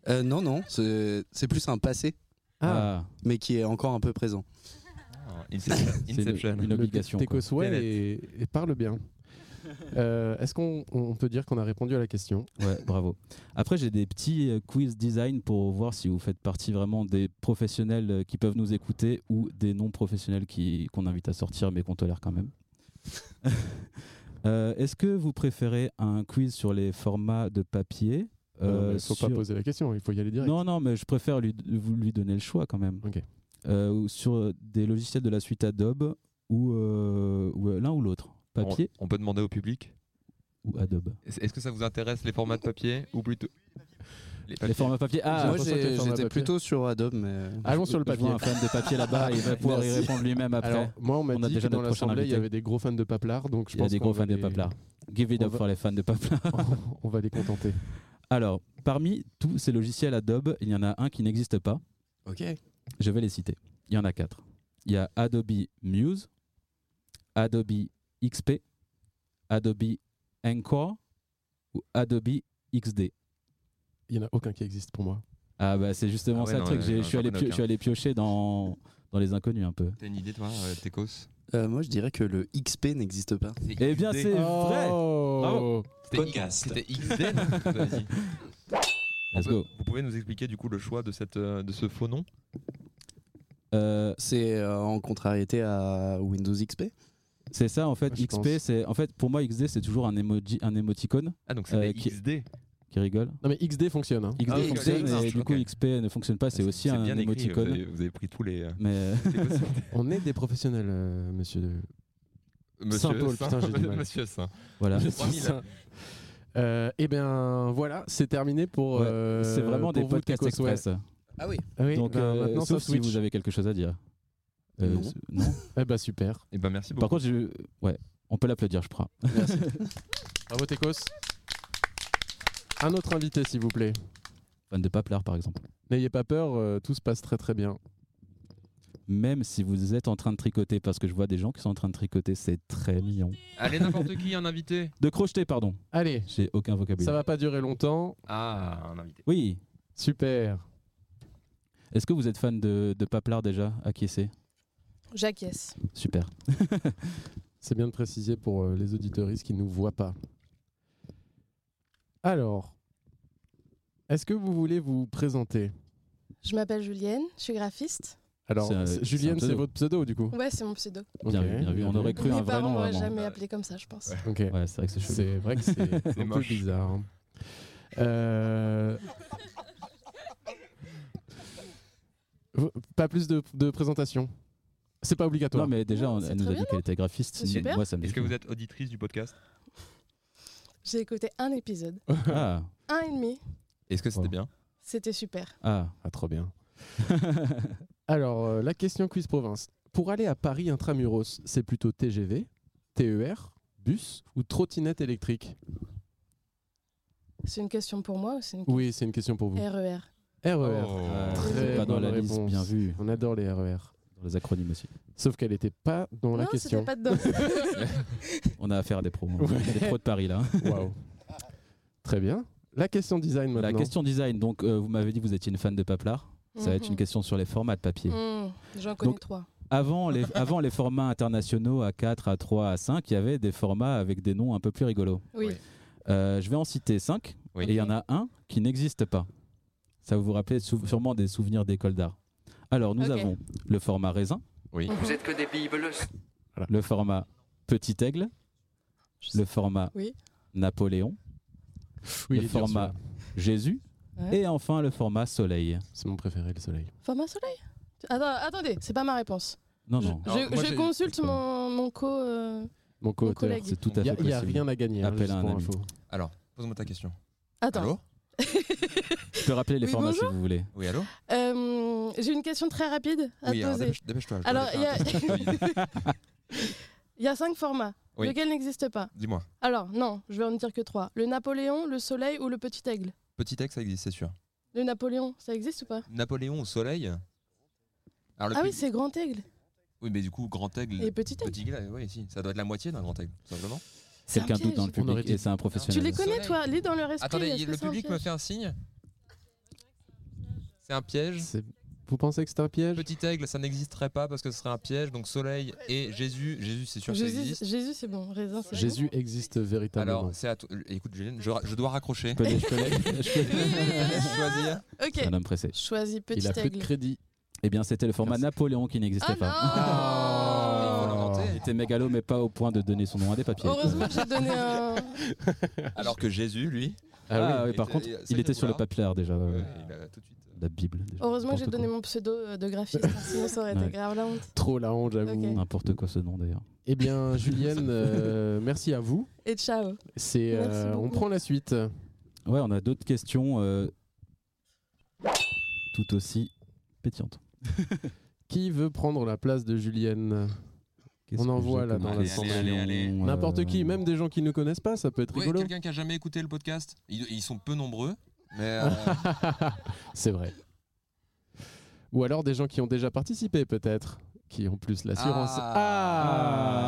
S11: Euh, non, non, c'est c'est plus un passé,
S9: Ah,
S11: mais qui est encore un peu présent.
S1: Ah, Inception.
S9: c'est une,
S1: Inception.
S9: une obligation.
S10: T'es
S9: quoi.
S10: coswell
S1: Planète.
S10: et, et parle bien. Euh, Est-ce qu'on on peut dire qu'on a répondu à la question
S9: Ouais, bravo. Après, j'ai des petits euh, quiz design pour voir si vous faites partie vraiment des professionnels euh, qui peuvent nous écouter ou des non-professionnels qui- qu'on invite à sortir mais qu'on tolère quand même. Euh, Est-ce que vous préférez un quiz sur les formats de papier
S10: Il
S9: euh,
S10: Faut
S9: sur-
S10: pas poser la question, il faut y aller direct.
S9: Non, non, mais je préfère lui, vous lui donner le choix quand même.
S10: Ok.
S9: Euh, ou sur des logiciels de la suite Adobe ou, euh, ou, euh, l'un ou l'autre. Papier
S1: On, on peut demander au public.
S9: ou Adobe
S1: Est- Est-ce que ça vous intéresse les formats de papier ou plutôt les
S9: Les
S1: papiers
S9: formats papier. Ah,
S11: moi,
S10: j'ai-
S11: j'ai-
S10: format
S11: j'étais
S10: papier.
S11: plutôt sur Adobe, mais. euh.
S1: Ah,
S10: Allons sur le
S9: je
S10: papier.
S9: vois un fan de papier là-bas, il va pouvoir y
S11: Merci.
S9: répondre lui-même après.
S10: Alors, moi, on m'a
S9: On a
S10: dit que
S9: déjà
S10: dans
S9: notre prochain
S10: l'assemblée, il y
S9: invité.
S10: avait des gros fans de Paplar, donc je
S9: il y a
S10: pense
S9: des
S10: qu'on
S9: gros
S10: va
S9: fans de
S10: les-
S9: Paplar. Give it
S10: on
S9: up
S10: va-
S9: for les fans de Paplar.
S10: on va les contenter.
S9: Alors, parmi tous ces logiciels Adobe, il y en a un qui n'existe pas.
S11: Ok.
S9: Je vais les citer. Il y en a quatre. Il y a Adobe Muse, Adobe XP, Adobe Encore ou Adobe XD.
S10: Il n'y en a aucun qui existe pour moi.
S9: Ah bah c'est justement
S1: Ah ouais,
S9: ça
S1: non,
S9: le truc,
S1: euh,
S9: j'ai- je
S1: non,
S9: suis
S1: j'en
S9: allé
S1: connais
S9: pio- je
S1: aucun.
S9: suis allé piocher dans, dans les inconnus un peu.
S1: T'as une idée, toi, euh, Tekos
S11: Euh, moi, je dirais que le XP n'existe pas. Oh
S9: Eh bien c'est vrai Bravo.
S5: Podcast.
S1: C'était XD non Vas-y.
S9: Let's
S1: On peut-
S9: go.
S1: Vous pouvez nous expliquer du coup le choix de, cette, euh, de ce faux nom
S11: C'est euh, en contrariété à Windows XP.
S9: C'est ça en fait,
S11: Moi, je
S9: XP
S11: pense.
S9: c'est... En fait pour moi XD c'est toujours un, emoji, un émoticône.
S1: Ah donc c'est des
S9: qui,
S1: XD.
S9: qui rigole.
S10: Non mais XD fonctionne. hein.
S9: XD
S1: Ah, ok,
S9: fonctionne
S1: ça
S9: et
S1: marche,
S9: du coup
S1: ok.
S9: XP ne fonctionne pas, c'est aussi
S1: C'est
S9: un
S1: bien écrit, vous
S9: émoticône.
S1: avez, vous avez pris tous les. euh,
S9: Mais
S1: les possibilités.
S10: On est des professionnels, euh, monsieur. de- Saint-Paul,
S1: Saint,
S10: putain, j'ai du mal.
S1: Monsieur Saint.
S9: voilà.
S10: Monsieur
S1: 3000.
S10: Saint. Euh, eh bien voilà, c'est terminé pour.
S9: Ouais,
S10: euh,
S9: c'est vraiment des
S10: pour vous,
S9: podcasts
S10: Tekos, ouais.
S9: express.
S11: Ah oui.
S10: Ah oui,
S9: Donc
S10: bah,
S9: euh,
S10: maintenant
S9: sauf
S10: ça
S9: si
S10: switch.
S9: vous avez quelque chose à dire.
S11: Non.
S9: c'est- non.
S10: Eh bah super.
S1: Et ben merci beaucoup.
S9: Par contre, je- ouais, on peut l'applaudir, je crois.
S10: Bravo Tekos. Un autre invité s'il vous plaît.
S9: Fan de Paplar, par exemple.
S10: N'ayez pas peur, euh, tout se passe très très bien.
S9: Même si vous êtes en train de tricoter, parce que je vois des gens qui sont en train de tricoter, c'est très mignon.
S1: Allez, n'importe qui, un invité.
S9: De crocheter, pardon.
S10: Allez,
S9: J'ai aucun
S10: ça
S9: vocabulaire.
S10: va pas durer longtemps.
S1: Ah, un invité.
S9: Oui.
S10: Super.
S9: Est-ce que vous êtes fan de, de Paplar déjà Acquiescé
S12: J'acquiesce.
S9: Super.
S10: C'est bien de préciser pour euh, les auditeuristes qui ne nous voient pas. Alors, est-ce que vous voulez vous présenter
S12: Je m'appelle Julienne, je suis graphiste.
S10: Alors,
S9: C'est un-
S10: c'est-
S9: c'est un
S10: Julienne, c'est
S9: pseudo.
S10: votre pseudo du coup
S12: Ouais, c'est mon pseudo.
S9: Bien
S10: Ok,
S9: vu, bien vu. On aurait cru
S12: Mes
S9: un vrai
S12: parents
S9: nom
S12: m'auraient
S9: avant.
S12: jamais appelé comme ça, je pense.
S10: Ok.
S9: Ouais, c'est vrai que c'est chelou.
S10: C'est vrai que c'est un peu
S1: moche.
S10: bizarre. hein. Euh, vous- Pas plus de, de présentation. C'est pas obligatoire.
S9: Non, mais déjà, on-
S12: C'est
S9: elle nous
S12: très
S9: a dit
S12: bien,
S9: qu'elle était graphiste.
S12: C'est super.
S9: Moi, ça me dit
S1: Est-ce que
S9: rien.
S1: vous êtes auditrice du podcast
S12: J'ai écouté un épisode,
S9: Ah,
S12: un et demi.
S1: Est-ce que
S10: Oh.
S1: c'était bien
S12: C'était super.
S9: ah.
S10: Ah, trop bien. Alors, euh, la question quiz province. Pour aller à Paris intramuros, c'est plutôt TGV, TER, E bus ou trottinette électrique
S12: C'est une question pour moi ou c'est une E
S10: Oui, c'est une question pour vous.
S12: RER
S10: RER.
S9: Ah,
S10: Très
S9: c'est pas dans
S10: bonne
S9: la liste,
S10: réponse.
S9: bien vu.
S10: On adore les RER.
S9: Dans les acronymes aussi.
S10: Sauf qu'elle n'était pas dans la
S12: Non,
S10: question.
S12: c'était pas dedans.
S9: On a affaire à des pros. hein.
S10: Ouais.
S9: Des pros de Paris, là. hein.
S10: Waouh. Très bien. La question design maintenant.
S9: La question design, donc euh, vous m'avez dit que vous étiez une fan de Paplar. Ça va être
S12: Mhm.
S9: une question sur les formats de papier.
S12: Mmh, J'en connais
S9: Donc-
S12: trois.
S9: Avant, les, avant les formats internationaux A4, A3, A5, il y avait des formats avec des noms un peu plus rigolos.
S12: Oui.
S1: Oui.
S9: Euh, je vais en citer 5
S1: Oui.
S9: et il y en a un qui n'existe pas. Ça vous vous rappelez sou- sûrement des souvenirs d'école d'art. Alors nous
S12: Ok.
S9: avons le format raisin,
S12: Vous
S5: êtes que des bibeleux.
S9: le format petit aigle,
S12: Je
S9: le
S12: sais.
S9: format
S12: Oui.
S9: Napoléon,
S10: Oui, il
S9: le
S10: est dur,
S9: format
S10: celui-là.
S9: Jésus
S12: Ouais.
S9: et enfin le format soleil.
S10: C'est mon préféré, le soleil.
S12: Format soleil Attends, Attendez, c'est pas ma réponse.
S9: Non,
S12: Je- Oh,
S9: non,
S12: Je,
S10: Alors, moi,
S12: je
S10: j'ai-
S12: consulte mon, mon co. euh,
S10: Mon co-auteur.
S12: collègue.
S9: c'est tout à
S10: Il n'y
S9: fait
S10: a, y a
S9: possible.
S10: rien à gagner. hein,
S9: Appelle
S10: juste
S9: un
S10: pour
S9: ami.
S10: info.
S1: Alors, pose-moi ta question.
S12: Attends.
S1: Allô
S9: Je peux rappeler les
S12: Oui,
S9: formats
S12: bonjour.
S9: si vous voulez.
S1: Oui, allô
S12: Euh, J'ai une question très rapide à
S1: Oui,
S12: te
S1: alors
S12: poser.
S1: dépêche- dépêche-toi. je dois
S12: Alors,
S1: aller
S12: il y,
S1: faire un test de validité.
S12: a... il y a cinq formats.
S1: Oui.
S12: Lequel n'existe pas
S1: Dis-moi,
S12: Alors, non, je vais en dire que trois. Le Napoléon, le Soleil ou le Petit Aigle
S1: petit texte, ça existe, c'est sûr.
S12: Le Napoléon, ça existe ou pas
S1: Napoléon au soleil Alors, le
S12: Ah oui,
S1: petit-
S12: c'est Grand Aigle
S1: oui, mais du coup, grand aigle.
S12: et Petit Aigle.
S1: Petit aigle, oui, si. Ça doit être la moitié d'un grand aigle, tout simplement.
S12: C'est un
S9: Quelqu'un doute
S12: piège.
S9: dans le
S10: aurait
S9: public
S10: dit-
S9: et c'est un
S12: Tu
S9: professionnel.
S12: les connais,
S1: Soleil.
S12: toi Lis dans leur esprit.
S1: Attendez,
S12: est-ce que
S1: le
S12: c'est un
S1: public me
S12: piège
S1: fait un signe C'est un piège
S10: C'est- Vous pensez que c'est un piège
S1: Petit aigle, ça n'existerait pas parce que ce serait un piège. Donc soleil et Jésus, Jésus, c'est sûr que ça
S12: Jésus,
S1: existe.
S12: Jésus, c'est bon. Raisin, c'est bon.
S10: Jésus existe véritablement.
S1: Alors, c'est à toi. euh, Écoute, Julien, je, je dois raccrocher.
S9: Je peux les- je peux les- je peux
S12: Oui, oui,
S9: les-
S12: oui, oui.
S1: Choisir.
S9: C'est
S12: Ok,
S9: un homme pressé.
S12: choisis Petit
S10: Il a plus de
S12: Aigle. Oh
S10: crédit.
S9: Eh bien, c'était le format
S10: Merci.
S9: Napoléon qui n'existait pas.
S12: Ah non
S9: Il était mégalo, mais pas au point de donner son nom à des papiers.
S12: Heureusement que j'ai donné un.
S1: Alors que Jésus, lui,
S9: Ah oui,
S1: il
S9: par
S1: était-
S9: contre,
S1: il- ça,
S9: il
S1: il
S9: était
S1: est
S9: sur le
S1: ouvert.
S9: papier déjà. euh,
S1: euh, il a tout de suite.
S9: La Bible. déjà.
S12: Heureusement que j'ai
S9: N'importe
S12: donné
S9: quoi.
S12: mon pseudo euh, de graphiste, hein, sinon ça aurait été
S9: Ouais.
S12: grave la honte.
S10: Trop la honte, j'avoue.
S12: Ok.
S9: N'importe quoi ce nom d'ailleurs.
S10: Eh bien, Julienne, euh, merci à vous.
S12: Et ciao.
S10: C'est, euh,
S12: Merci beaucoup.
S10: on prend la suite.
S9: Ouais, on a d'autres questions euh, tout aussi pétillantes.
S10: Qui veut prendre la place de Julienne
S9: Qu'est-ce
S10: On
S9: que
S10: en
S9: j'ai
S10: voit, là,
S9: comme
S10: dans
S1: la
S9: question
S1: Allez, allez, allez,
S9: Euh,
S10: N'importe qui, même des gens qui ne connaissent pas, ça peut être
S1: Ouais,
S10: rigolo.
S1: quelqu'un qui a jamais écouté le podcast. Ils, ils sont peu nombreux, mais euh,
S10: C'est vrai. Ou alors des gens qui ont déjà participé, peut-être, qui ont plus l'assurance.
S1: Ah.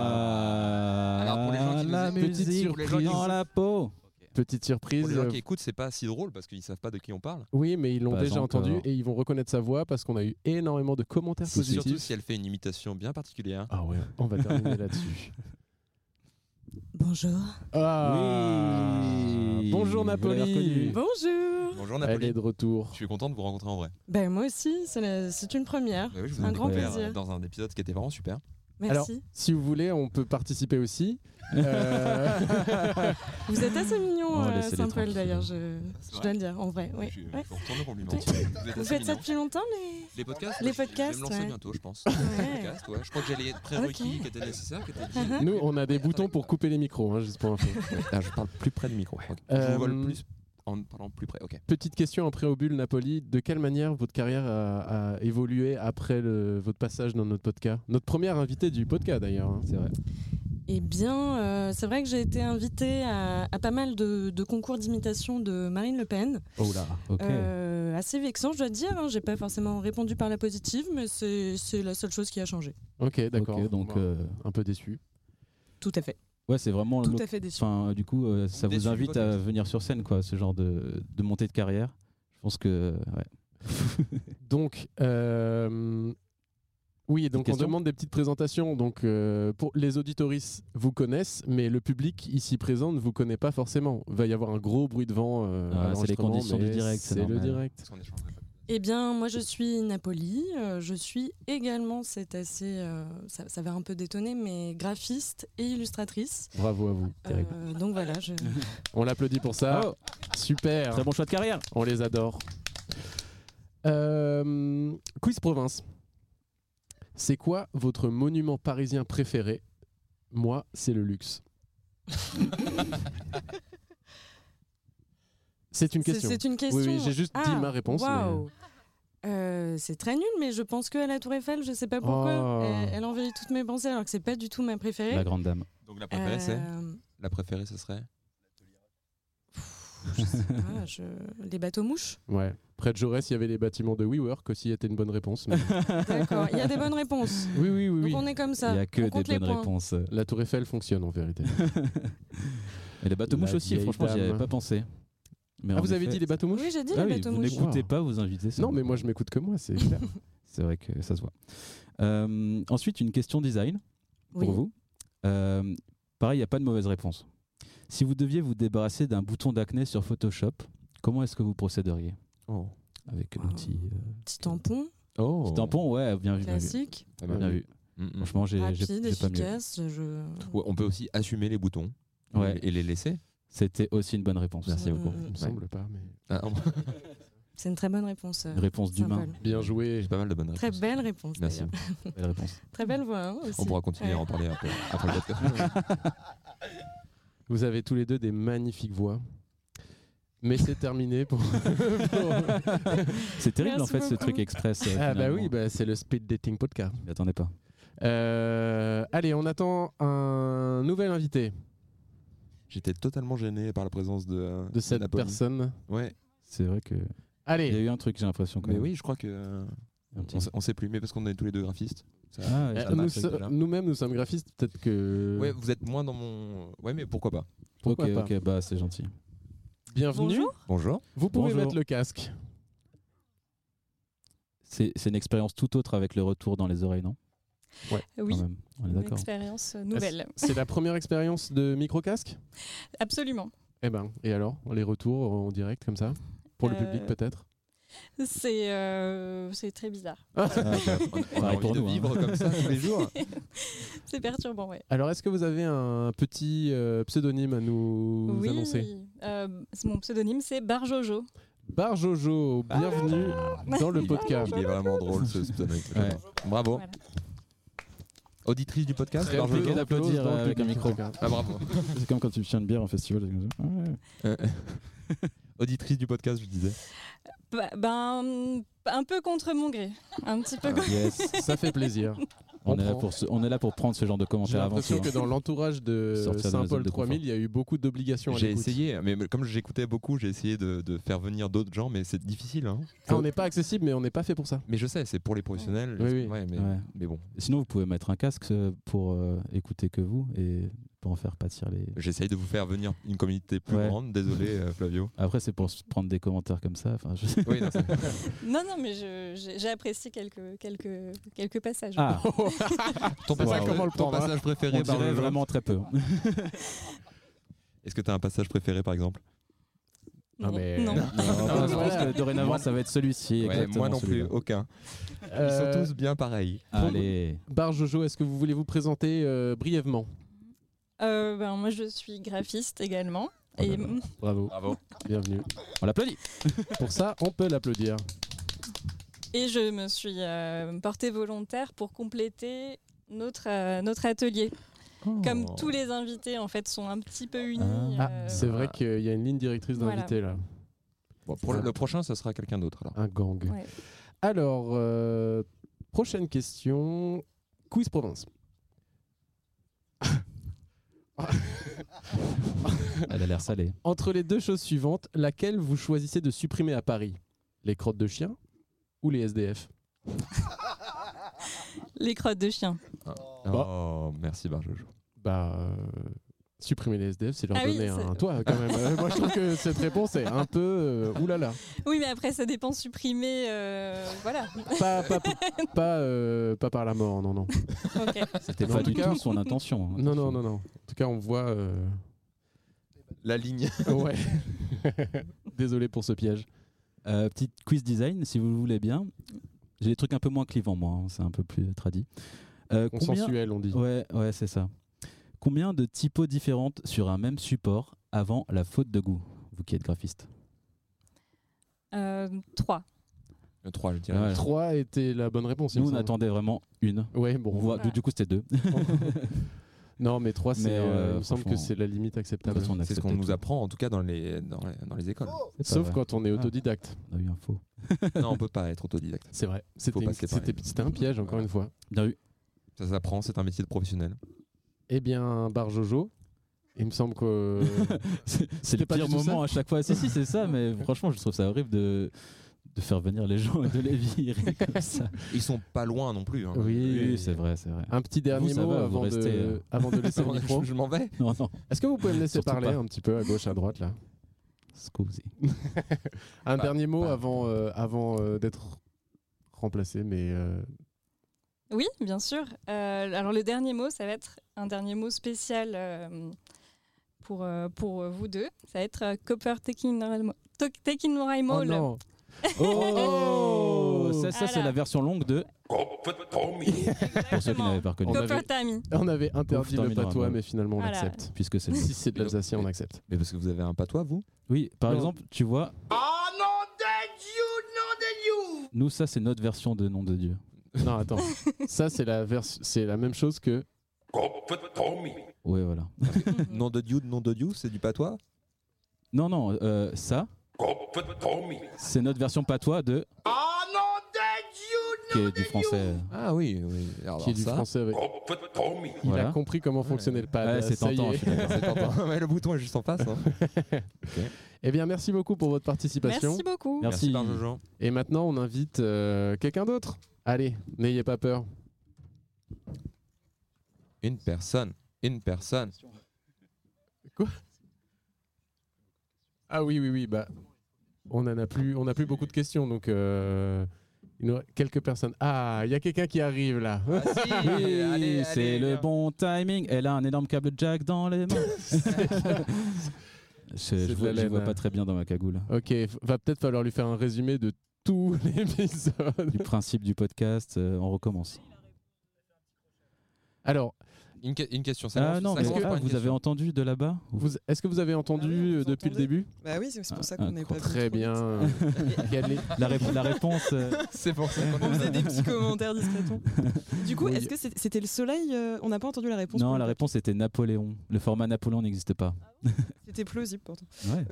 S10: Ah,
S1: Alors, pour les gens qui nous
S9: la
S1: écoutent,
S10: petite
S9: Ah. musique
S10: surprise.
S9: dans la peau.
S10: Petite surprise.
S1: Pour les gens
S10: euh,
S1: qui écoutent, c'est pas si drôle parce qu'ils savent pas de qui on parle.
S10: Oui, mais ils l'ont
S1: Pas
S10: déjà
S1: encore.
S10: entendu et ils vont reconnaître sa voix parce qu'on a eu énormément de commentaires positifs.
S1: Surtout si elle fait une imitation bien particulière.
S10: Ah ouais, on va terminer là-dessus.
S13: Bonjour.
S10: Ah, Bonjour Napoli.
S13: Bonjour.
S1: Bonjour Napoli.
S10: Elle est de retour.
S1: Je suis content de vous rencontrer en vrai.
S13: Ben moi aussi, c'est la- c'est une première.
S1: Bah oui, je vous ai
S13: un grand
S1: découvert,
S13: plaisir.
S1: euh, dans un épisode qui était vraiment super.
S13: Merci.
S10: Alors, si vous voulez, on peut participer aussi. Euh,
S13: Vous êtes assez mignon,
S10: Oh,
S13: euh,
S10: laissez-les
S13: Saint-Paul
S10: tranquilles.
S13: d'ailleurs, je, je
S1: vrai
S13: dois le dire, en vrai. Oui.
S1: Je- je
S13: Ouais.
S1: vous retourne le compliment.
S13: Ouais.
S1: Vous êtes assez
S13: Vous faites ça
S1: mignon.
S13: depuis longtemps, les,
S1: Les podcasts
S13: Les
S1: je- Je
S13: podcasts,
S1: vais me lancer
S13: ouais.
S1: bientôt, je pense.
S13: Ouais.
S1: Les podcasts, ouais. Je crois que j'ai les prérequis
S13: Ok. Uh-huh.
S1: qui étaient nécessaires, qui étaient dit.
S10: Nous, on a des boutons pour couper les micros, hein, juste pour info.
S1: je parle plus près du micro. Je
S10: Euh,
S1: vous vole plus en parlant plus près. Ok.
S10: Petite question en préambule, Napoli. De quelle manière votre carrière a, a évolué après le- votre passage dans notre podcast Notre première invitée du podcast, d'ailleurs, hein, c'est vrai.
S13: Eh bien, euh, c'est vrai que j'ai été invitée à, à pas mal de, de concours d'imitation de Marine Le Pen.
S10: Oh là, ok.
S13: Euh, assez vexant, je dois dire. Hein, j'ai pas forcément répondu par la positive, mais c'est c'est la seule chose qui a changé.
S10: Ok, d'accord.
S9: Ok, donc, euh,
S10: Bon, Un peu déçu.
S13: Tout à fait.
S9: Ouais, c'est vraiment.
S13: Tout
S9: l'oc-
S13: à fait déçu.
S9: Enfin, du coup, euh, ça
S13: Déçu
S9: vous
S13: du
S9: invite à
S13: podcast.
S9: venir sur scène, quoi, ce genre de, de montée de carrière. Je pense que. Ouais.
S10: Donc, euh, oui, donc on
S9: questions
S10: demande des petites présentations. Donc, euh, pour les auditoristes vous connaissent, mais le public ici présent ne vous connaît pas forcément. Va y avoir un gros bruit de vent. euh,
S9: Ah, c'est
S10: à
S9: les
S10: l'enregistrement,
S9: conditions
S10: mais
S9: du direct, c'est
S10: C'est le
S9: normal.
S10: direct.
S13: Eh bien, moi, je suis Napoli. euh, je suis également, c'est assez, euh, ça, ça va un peu détonner, mais graphiste et illustratrice.
S10: Bravo à vous. Terrible.
S13: Euh, donc voilà, je...
S10: On l'applaudit pour ça.
S9: Bravo.
S10: Super.
S9: Ah. Très bon choix de carrière.
S10: On les adore. Euh, quiz province. C'est quoi votre monument parisien préféré Moi, c'est le luxe. c'est une
S13: C'est-
S10: question.
S13: C'est une question.
S10: Oui, oui, j'ai juste dit
S13: Ah,
S10: ma réponse. mais-
S13: waouh. Euh, c'est très nul, mais je pense que à la Tour Eiffel, je sais pas pourquoi,
S10: Oh.
S13: elle, elle envahit toutes mes pensées alors que c'est pas du tout ma préférée.
S9: La grande dame.
S1: Donc la préférée,
S13: Euh,
S1: c'est La préférée, ce serait
S13: ah, je... Les bateaux mouches.
S10: Ouais. Près de Jaurès, il y avait les bâtiments de WeWork aussi, était une bonne réponse. mais-
S13: D'accord. Il y a des bonnes réponses.
S10: Oui, oui, oui.
S13: Donc
S10: oui.
S13: on est comme ça. On compte les points.
S10: La Tour Eiffel fonctionne en vérité.
S9: Et les bateaux mouches
S10: La
S9: aussi,
S10: vieille
S9: franchement, j'y avais
S10: dame.
S9: pas pensé. Mais
S10: Ah,
S9: en
S10: vous avez
S9: effet-
S10: dit les bateaux mouches
S13: Oui, j'ai dit
S9: Ah
S13: les bateaux
S9: Vous
S13: mouches.
S9: n'écoutez pas vos invités, ça.
S10: Non, mais moi je m'écoute que moi, c'est clair.
S9: C'est vrai que ça se voit. Euh, ensuite, une question design pour
S13: Oui.
S9: vous. Euh, pareil, il n'y a pas de mauvaise réponse. Si vous deviez vous débarrasser d'un bouton d'acné sur Photoshop, comment est-ce que vous procéderiez
S13: Oh.
S9: Avec un petit, euh,
S13: Petit tampon,
S1: Oh.
S10: Oh.
S9: petit tampon, ouais, bien vu. bien vu.
S13: Classique.
S9: Pas
S1: Ah,
S9: mal,
S10: Ah
S9: bien vu.
S10: Mm,
S9: Franchement, Eh, j'ai j'ai-
S13: rapide,
S9: j'ai pas mieux.
S13: efficace. Je...
S1: Ouais, on peut aussi assumer les boutons
S9: Ouais.
S1: et les laisser.
S9: C'était aussi une bonne réponse.
S1: Merci beaucoup.
S10: Il me semble pas, mais.
S1: Ah, on-
S13: C'est une très bonne réponse. euh,
S9: Réponse d'humain.
S13: Saint-Paul.
S10: Bien joué.
S1: J'ai pas mal de bonnes
S13: Très
S1: réponses.
S13: belle réponse.
S1: Merci.
S13: d'ailleurs.
S9: Belle réponse.
S13: Très belle voix. hein, aussi.
S1: On pourra continuer à en
S13: Ouais.
S1: parler après, après le podcast.
S10: Vous avez tous les deux des magnifiques voix. Mais c'est terminé pour. pour-
S9: C'est terrible, Merci en fait, ce beaucoup. truc express, euh,
S10: ah bah
S9: finalement.
S10: oui, bah, c'est le speed dating podcast.
S9: Je m'y attendais pas.
S10: Euh, allez, on attend un nouvel invité.
S1: J'étais totalement gêné par la présence de,
S10: De cette
S1: Napoli.
S10: personne.
S1: Ouais.
S9: C'est vrai que.
S10: Allez. Ah,
S9: Il y a eu un truc, j'ai l'impression. quand
S1: Mais
S9: même.
S1: oui, je crois que. euh,
S9: Un petit-
S1: On sait, on sait plus, mais parce qu'on est tous les deux graphistes. Ça-
S9: Ah,
S10: Euh,
S1: ça
S10: nous
S1: marche
S10: so-
S1: déjà.
S10: Nous-mêmes, nous sommes graphistes, peut-être que.
S1: Ouais, vous êtes moins dans mon. Ouais, mais pourquoi pas
S10: Pourquoi
S9: ok,
S10: pas
S9: ok, bah c'est gentil.
S10: Bienvenue.
S1: Bonjour.
S10: Vous pouvez
S9: Bonjour.
S10: mettre le casque.
S9: C'est c'est une expérience tout autre avec le retour dans les oreilles, non
S10: Ouais.
S1: Euh,
S14: Oui.
S9: Quand même. On est
S14: Une
S9: d'accord.
S14: expérience euh, nouvelle.
S10: C'est la première expérience de micro-casque
S14: Absolument.
S10: Eh ben, et alors Les retours en direct, comme ça Pour le
S14: Euh,
S10: public, peut-être
S14: C'est euh, c'est très bizarre.
S9: Ah,
S1: on a envie de
S9: hein.
S1: vivre comme ça tous les jours.
S14: C'est perturbant, ouais.
S10: Alors, est-ce que vous avez un petit euh, pseudonyme à nous
S14: oui.
S10: annoncer
S14: euh, c'est- mon pseudonyme, c'est Barjojo.
S10: Bar Jojo, bienvenue dans le podcast.
S1: Il est vraiment drôle ce pseudo.
S9: Ouais.
S1: Bravo. Auditrice du podcast,
S9: C'est
S1: Barbe
S9: compliqué
S1: Blanche.
S9: d'applaudir euh, avec un micro.
S1: Ah bravo.
S9: C'est comme quand tu tiens une bière en festival. c'est comme ça. Ouais.
S1: Euh, Auditrice du podcast, je disais.
S14: Bah, ben, un peu contre mon gré. Un petit
S10: Ah.
S14: peu contre-
S10: ça fait plaisir.
S9: On,
S10: On
S9: est là
S10: prend.
S9: pour ce- on est là pour prendre ce genre de
S10: J'ai
S9: commentaires avant hein.
S10: l'impression que dans l'entourage de
S9: Sortir de la zone
S10: Saint-Paul
S9: de confort.
S10: 3000, il y a eu beaucoup d'obligations à
S1: J'ai
S10: l'écoute.
S1: essayé, mais comme j'écoutais beaucoup, j'ai essayé de, de faire venir d'autres gens, mais c'est difficile. hein.
S10: Ah, on n'est pas accessible, mais on n'est pas fait pour
S9: Euh,
S10: ça.
S1: Mais je sais, c'est pour les professionnels.
S10: Oui, oui.
S1: Ouais, mais,
S9: Ouais.
S1: mais bon.
S9: Sinon, vous pouvez mettre un casque euh, pour euh, écouter que vous et d'en faire pâtir les.
S1: J'essaye de vous faire venir une communauté plus
S9: Ouais.
S1: grande. Désolé, euh, Flavio.
S9: Après, c'est pour se prendre des commentaires comme ça. Enfin, je-
S1: Oui, non, c'est-
S14: Non, non, mais je- j'ai j'ai apprécié quelques, quelques, quelques passages.
S9: Ah.
S1: Ton passage,
S9: Waouh.
S1: ton
S10: hein
S1: passage préféré
S9: On dirait
S1: Barbe
S9: vraiment très peu.
S1: Est-ce que tu as un passage préféré, par exemple
S9: Non, mais- euh, Non. Non, je pense que dorénavant, ça va être celui-ci,
S1: Ouais,
S9: exactement
S1: moi non plus,
S9: celui-là. Ah,
S1: aucun. Ils sont tous bien pareils.
S9: Allez.
S10: Euh, Bar Jojo, est-ce que vous voulez vous présenter euh, brièvement
S14: Euh, ben, moi, je suis graphiste également. et
S10: Bravo. Bienvenue.
S9: On l'applaudit.
S10: Pour ça, on peut l'applaudir.
S14: Et je me suis euh, portée volontaire pour compléter notre, euh, notre atelier. Comme tous les invités, en fait, sont un petit peu unis.
S10: Ah,
S14: euh,
S10: c'est vrai qu'il y a une ligne directrice
S14: Voilà.
S10: d'invité là.
S1: Bon, pour le, le prochain, ça sera quelqu'un d'autre. alors.
S10: Un gang.
S14: Ouais.
S10: Alors, euh, prochaine question. Quiz Provence.
S9: Elle a l'air salée.
S10: Entre les deux choses suivantes, laquelle vous choisissez de supprimer à Paris Les crottes de chien ou les SDF
S14: Les crottes de chien.
S1: Oh, merci Barjojo.
S10: Bah, euh, supprimer les SDF, c'est leur
S14: Ah oui,
S10: donner
S14: c'est-
S10: un toit quand même. Euh, Moi, je trouve que cette réponse est un peu. euh, oulala.
S14: Oui, mais après, ça dépend supprimer. euh, voilà.
S10: Pas, pas, pas, euh, pas par la mort, non, non.
S14: Ok.
S9: C'était
S10: Non, en
S9: pas du
S10: tout cas-
S9: tout son intention. hein.
S10: Non, non, non, non. En tout cas, on voit. euh,
S1: La ligne.
S10: Ouais. Désolé pour ce piège.
S9: Euh, petite quiz design, si vous le voulez bien. J'ai des trucs un peu moins clivants, moi. hein, C'est un peu plus tradit. Euh, combien-
S10: Consensuel, on dit.
S9: Ouais, ouais, c'est ça. Combien de typos différentes sur un même support avant la faute de goût Vous qui êtes graphiste.
S14: Euh, trois.
S1: Le 3, je dirais.
S9: Ouais.
S10: 3 était la bonne réponse. il
S9: Nous,
S10: me
S9: on
S10: semble.
S9: attendait vraiment une.
S10: Ouais, bon.
S9: On voit-
S10: Voilà.
S9: Du coup, c'était deux.
S10: Non, mais 3, c'est.
S9: Mais,
S10: euh,
S9: euh,
S10: il me semble que
S9: franchement,
S10: c'est la limite acceptable.
S9: de toute façon, on
S1: C'est ce
S9: acceptait
S1: qu'on nous
S9: tout.
S1: apprend, en tout cas, dans les, dans les, dans les écoles.
S9: C'est pas
S10: Sauf
S9: vrai.
S10: quand on est
S9: Ah.
S10: autodidacte.
S9: On a eu un faux.
S1: non, on peut pas être autodidacte.
S10: C'est vrai.
S1: Faut
S10: C'était
S1: passer par
S10: c'était-
S1: les-
S10: c'était un piège, encore une fois.
S9: Bien vu.
S1: Ça s'apprend, c'est un métier de professionnel.
S10: Eh bien, Bar Jojo, il me semble que.
S9: C'est le
S10: C'était pas
S9: pire
S10: du tout ça
S9: moment à chaque fois. Si, si, c'est ça, mais franchement, je trouve ça horrible de, de faire venir les gens et de les virer comme ça.
S1: Ils sont pas loin non plus. hein.
S10: Oui,
S9: Oui, c'est vrai, c'est vrai.
S10: Un petit dernier
S9: Vous, ça
S10: mot
S9: va, vous
S10: avant,
S9: restez,
S10: de,
S9: euh.
S10: avant de laisser le micro.
S1: Je m'en vais.
S9: Non, non,
S10: Est-ce que vous pouvez me laisser
S9: Surtout
S10: parler
S9: pas.
S10: un petit peu à gauche, à droite, là
S9: scusi.
S10: Un
S9: Bah,
S1: Pas-
S10: dernier mot avant, euh, avant euh, d'être remplacé, mais. euh,
S14: Oui, bien sûr. Euh, alors le dernier mot, ça va être un dernier mot spécial euh, pour, euh, pour vous deux. Ça va être euh, Copper Taking Noraimo- To- Taking Noraimo.
S10: Oh non
S9: Oh Ça, ça, c'est
S14: Voilà.
S9: la version longue de. Pour ceux qui n'avaient pas reconnu.
S10: On
S14: Copper
S10: avait-
S14: Tammy.
S10: On avait interdit
S9: Ouf,
S10: le
S9: terminera,
S10: patois,
S9: ouais.
S10: mais finalement on
S14: Voilà.
S10: l'accepte.
S9: Puisque c'est.
S10: Si c'est de
S1: Mais-
S10: l'alsacien, on
S1: mais-
S10: accepte.
S1: Mais parce que vous avez un patois, vous
S9: Oui, par
S10: Non.
S9: exemple, tu vois,
S2: Oh, nom de Dieu, nom de Dieu
S9: nous, ça, c'est notre version de Nom de Dieu.
S10: Non, attends. Ça, c'est la, vers- c'est la même chose que.
S9: Ouais, voilà.
S15: Mhm.
S1: Nom de Dieu, nom de Dieu, c'est du patois
S9: Non, non, euh, ça, c'est notre version patois de.
S2: Oh, nom de Dieu,
S9: qui est du français. euh,
S1: Ah oui, oui. Alors,
S10: Qui est du
S1: ça,
S10: français avec. Il
S9: Voilà.
S10: a compris comment fonctionnait le pad.
S9: Ouais, c'est
S10: ça y
S9: tentant,
S10: est.
S9: je suis d'accord.
S1: c'est tentant. Ouais, le bouton est juste en face. hein.
S10: Eh bien, merci beaucoup pour votre participation.
S14: Merci beaucoup.
S9: Merci.
S1: Barjojo.
S10: Et maintenant, on invite euh, quelqu'un d'autre. Allez, n'ayez pas peur.
S1: Une personne, une personne.
S10: Ah oui, oui, oui. Bah, on en a plus, on a plus beaucoup de questions, donc euh, il nous reste quelques personnes. Ah, il y a quelqu'un qui arrive là.
S9: Oui, c'est le bon timing. Elle a un énorme câble jack dans les mains. je
S10: de
S9: je vois,
S10: la
S9: je
S10: laine,
S9: vois
S10: hein.
S9: pas très bien dans ma cagoule.
S10: ok, f- va peut-être falloir lui faire un résumé de tout l'épisode.
S9: Du principe du podcast, euh, on recommence.
S10: Alors,
S1: Une, que- une question, ça
S9: Ah
S1: commence-
S9: non,
S1: ça
S9: mais
S1: commence
S9: ah,
S1: par une
S9: vous avez
S1: question.
S9: entendu de là-bas
S10: vous- est-ce que vous avez
S14: Ah
S10: entendu euh, depuis le début
S15: Bah oui, c'est c'est pour ça
S9: Ah,
S15: qu'on n'est pas
S10: Très
S15: venu trop
S10: bien.
S15: vite.
S10: euh, Gadley.
S9: la, rép- la réponse. euh,
S1: C'est pour ça qu'on
S15: On
S1: est
S15: faisait
S1: là.
S15: des petits commentaires discrètement. Du coup,
S10: Oui.
S15: est-ce que c'est- c'était le soleil euh, On n'a pas entendu la réponse.
S9: non,
S15: pour
S9: la
S15: le-
S9: réponse était Napoléon. Le format Napoléon n'existe pas.
S15: C'était plausible, pourtant.
S9: Ouais.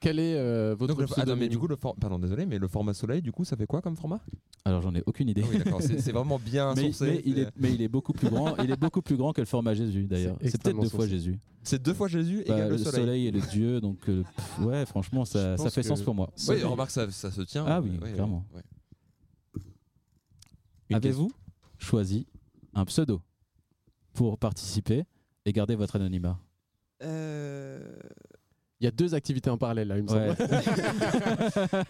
S10: Quel est euh, votre
S1: Donc, le- ah non,
S10: pseudonyme
S1: mais du coup, le for- pardon, désolé, mais le format soleil, du coup, ça fait quoi comme format
S9: Alors j'en ai aucune idée.
S1: Ah oui, d'accord, c'est c'est vraiment bien
S9: mais,
S1: sourcé.
S9: mais il est, mais il est beaucoup plus grand. Il est beaucoup plus grand que le format Jésus d'ailleurs.
S10: C'est
S9: C'est peut-être deux
S10: extrêmement
S9: fois Jésus.
S1: C'est deux fois Jésus
S9: Bah,
S1: égale le soleil.
S9: est le dieu, donc euh, pff, ouais, franchement, ça,
S10: Je
S9: ça
S10: pense
S9: fait
S10: que-
S9: sens pour moi.
S1: Oui, remarque, ça, ça se tient. euh,
S9: Ah oui,
S1: Ouais, ouais,
S9: clairement.
S1: ouais. Une
S9: Avez-vous choisi un pseudo pour participer et gardez votre anonymat.
S15: Euh,
S10: Il y a deux activités en parallèle là, il me
S9: Ouais.
S10: semble.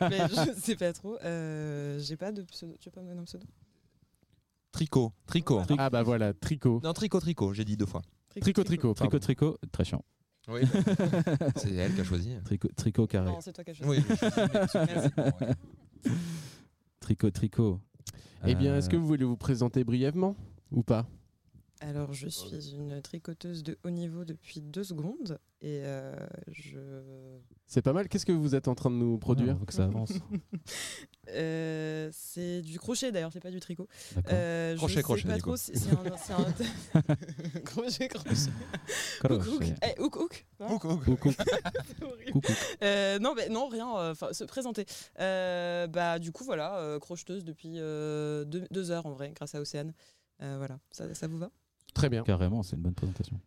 S15: mais je sais pas trop. Euh, j'ai pas de pseudo. Tu veux pas me donner un pseudo
S1: Tricot, tricot.
S10: Ah bah voilà, tricot.
S1: Non, tricot, tricot, j'ai dit deux fois.
S9: Tricot, tricot. Tricot, tricot, très chiant.
S1: Oui. C'est elle qui a choisi.
S9: Tricot, tricot carré.
S15: Non, c'est toi qui as choisi.
S1: Oui, j'ai choisi, mais c'est
S9: Tricot, tricot.
S10: Eh bien,
S9: Euh,
S10: est-ce que vous voulez vous présenter brièvement ou pas
S15: Alors, je suis une tricoteuse de haut niveau depuis deux secondes et euh, je.
S10: C'est pas mal. Qu'est-ce que vous êtes en train de nous produire
S9: faut que ça avance.
S15: Euh, c'est du crochet d'ailleurs, c'est pas du tricot.
S9: D'accord.
S15: Euh, je
S9: Crochet,
S15: sais
S9: crochet,
S15: pas
S9: du
S15: trop
S9: coup.
S15: si c'est un. Ah, c'est un- crochet, crochet. Hook, hook.
S9: Crochet.
S15: Eh, hook, hook. non
S9: Hook, hook. Hook, hook.
S15: C'est horrible.
S9: Hook, hook.
S15: Euh, non, mais non, rien. euh, Enfin, se présenter. Euh, bah, du coup, voilà, euh, crocheteuse depuis euh, deux, deux heures en vrai, grâce à Océane. Euh, voilà, ça, ça vous va
S1: Ah.
S10: Très bien.
S9: Carrément, c'est une bonne présentation.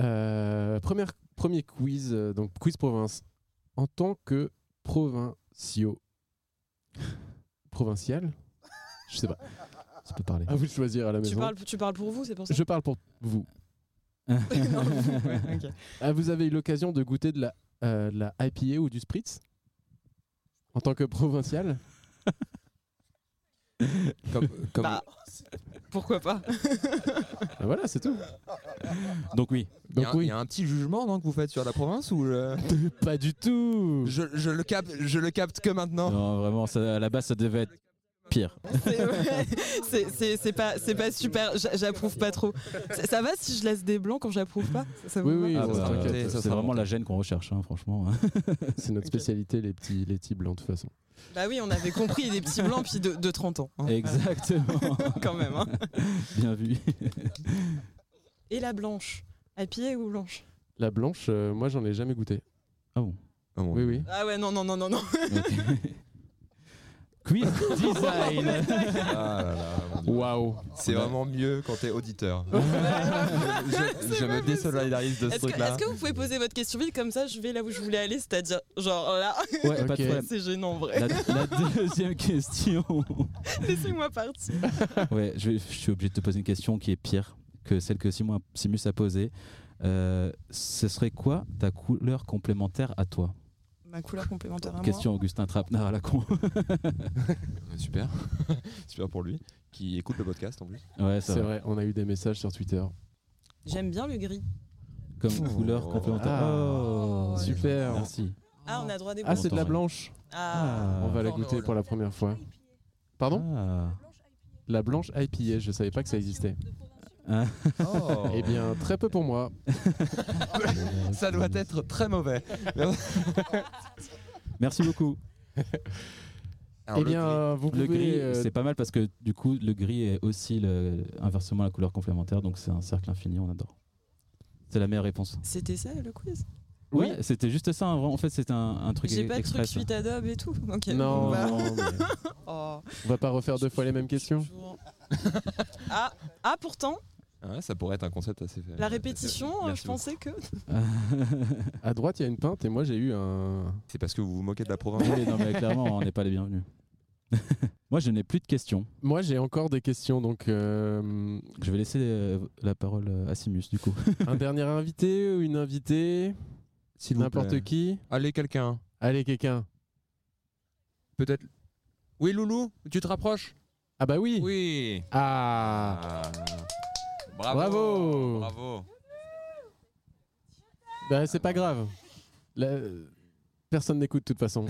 S10: Euh, première, premier quiz, euh, donc quiz province. En tant que provinciaux. Provincial Je sais pas.
S9: Tu peux parler.
S10: À vous de choisir à la maison.
S15: tu parles, tu parles pour vous, c'est pour ça
S10: Je parle pour vous.
S15: Non, vous, ouais, ok.
S10: Ah, vous avez eu l'occasion de goûter de la, euh, de la IPA ou du Spritz En tant que provincial
S1: Comme,
S15: Bah, pourquoi pas
S10: Ah, voilà, c'est tout.
S9: Donc oui.
S1: il, y a, un- il y a un petit jugement non, que vous faites sur la province ou euh,
S10: Pas du tout.
S1: Je, je le capte, je le capte que maintenant.
S9: Non, vraiment, ça, à la base, ça devait être pire.
S15: C'est- ouais, c'est- C'est c'est pas, c'est pas super. j'a- J'approuve pas trop. Ça, ça va si je laisse des blancs quand j'approuve pas Ça- ça vous va
S9: Ah bah,
S10: t'inquiète,
S9: c'est
S10: ça sera
S9: vraiment
S10: monté.
S9: la gêne qu'on recherche, hein, franchement.
S10: C'est notre spécialité, les petits, les petits blancs, de toute façon.
S15: Bah oui, on avait compris des petits blancs puis de, de 30
S10: Oh.
S15: ans. hein.
S9: Exactement.
S15: Quand même, hein.
S9: Bien vu.
S15: Et la blanche À pied ou blanche
S10: La blanche, euh, moi, j'en ai jamais goûté.
S9: Ah bon
S10: Oui, oui.
S15: Ah ouais, non, non, non, non, non.
S9: Quiz design.
S1: Ah là là, mon Dieu.
S10: Waouh.
S1: C'est vraiment mieux quand t'es auditeur. je je me désolidarise de
S15: Est-ce
S1: ce
S15: que,
S1: truc-là.
S15: est-ce que vous pouvez poser votre question vite comme ça Je vais là où je voulais aller, c'est-à-dire genre là.
S9: Ouais, pas de problème.
S15: C'est gênant en vrai.
S9: La, la deuxième question.
S15: Laissez-moi partir.
S9: ouais, je, vais- je suis obligé de te poser une question qui est pire que celle que Simon- Simus a posée. Euh, ce serait quoi ta couleur complémentaire à toi
S15: Ma couleur complémentaire à
S9: Question Augustin Trapenard à la con.
S1: Super. Super pour lui, qui écoute le podcast en plus.
S9: ouais,
S10: C'est vrai, on a eu des messages sur Twitter.
S15: J'aime bien le gris.
S9: Comme couleur complémentaire.
S10: Oh.
S9: Oh.
S10: Ah, super.
S9: Merci.
S15: Ah, on a droit à des
S10: Ah, c'est de la
S15: blancs.
S10: blanche.
S15: Ah.
S10: On va la
S1: Oh,
S10: goûter pour la première fois. Pardon
S9: Ah.
S10: La blanche IPA, je savais pas que ça existait.
S1: Oh.
S10: Eh bien, très peu pour moi.
S1: Ça doit être très mauvais.
S9: Merci beaucoup.
S10: eh bien, euh, vous
S9: le
S10: pouvez.
S9: gris,
S10: euh,
S9: c'est pas mal parce que du coup, le gris est aussi le- inversement la couleur complémentaire, donc c'est un cercle infini, on adore. C'est la meilleure réponse.
S15: C'était ça le quiz
S9: Ouais, c'était juste ça. En vrai. En fait, c'est un, un truc
S15: J'ai pas de truc
S9: express.
S15: suite Adobe et tout. Ok.
S10: Non,
S15: bon, bah.
S10: non, mais-
S15: Oh.
S10: on va pas refaire deux fois les mêmes questions.
S15: Ah, ah, pourtant,
S1: Ouais, ça pourrait être un concept assez.
S15: la répétition, euh,
S1: Merci
S15: je pensais que.
S10: à droite, il y a une pinte et moi j'ai eu un.
S1: C'est parce que vous vous moquez de la province.
S9: Oui, non, mais clairement, on n'est pas les bienvenus. Moi, je n'ai plus de questions.
S10: Moi j'ai encore des questions donc. euh,
S9: Je vais laisser euh, la parole euh, à Simus, du coup.
S10: un dernier invité ou une invitée
S1: S'il vous plaît.
S10: N'importe qui
S1: Allez, quelqu'un.
S10: Allez, quelqu'un.
S1: Peut-être. Oui, Loulou, tu te rapproches
S10: Ah bah oui
S1: Oui
S10: Ah Bravo.
S1: Bravo
S10: Bah, c'est pas grave. La- euh, Personne n'écoute de toute façon.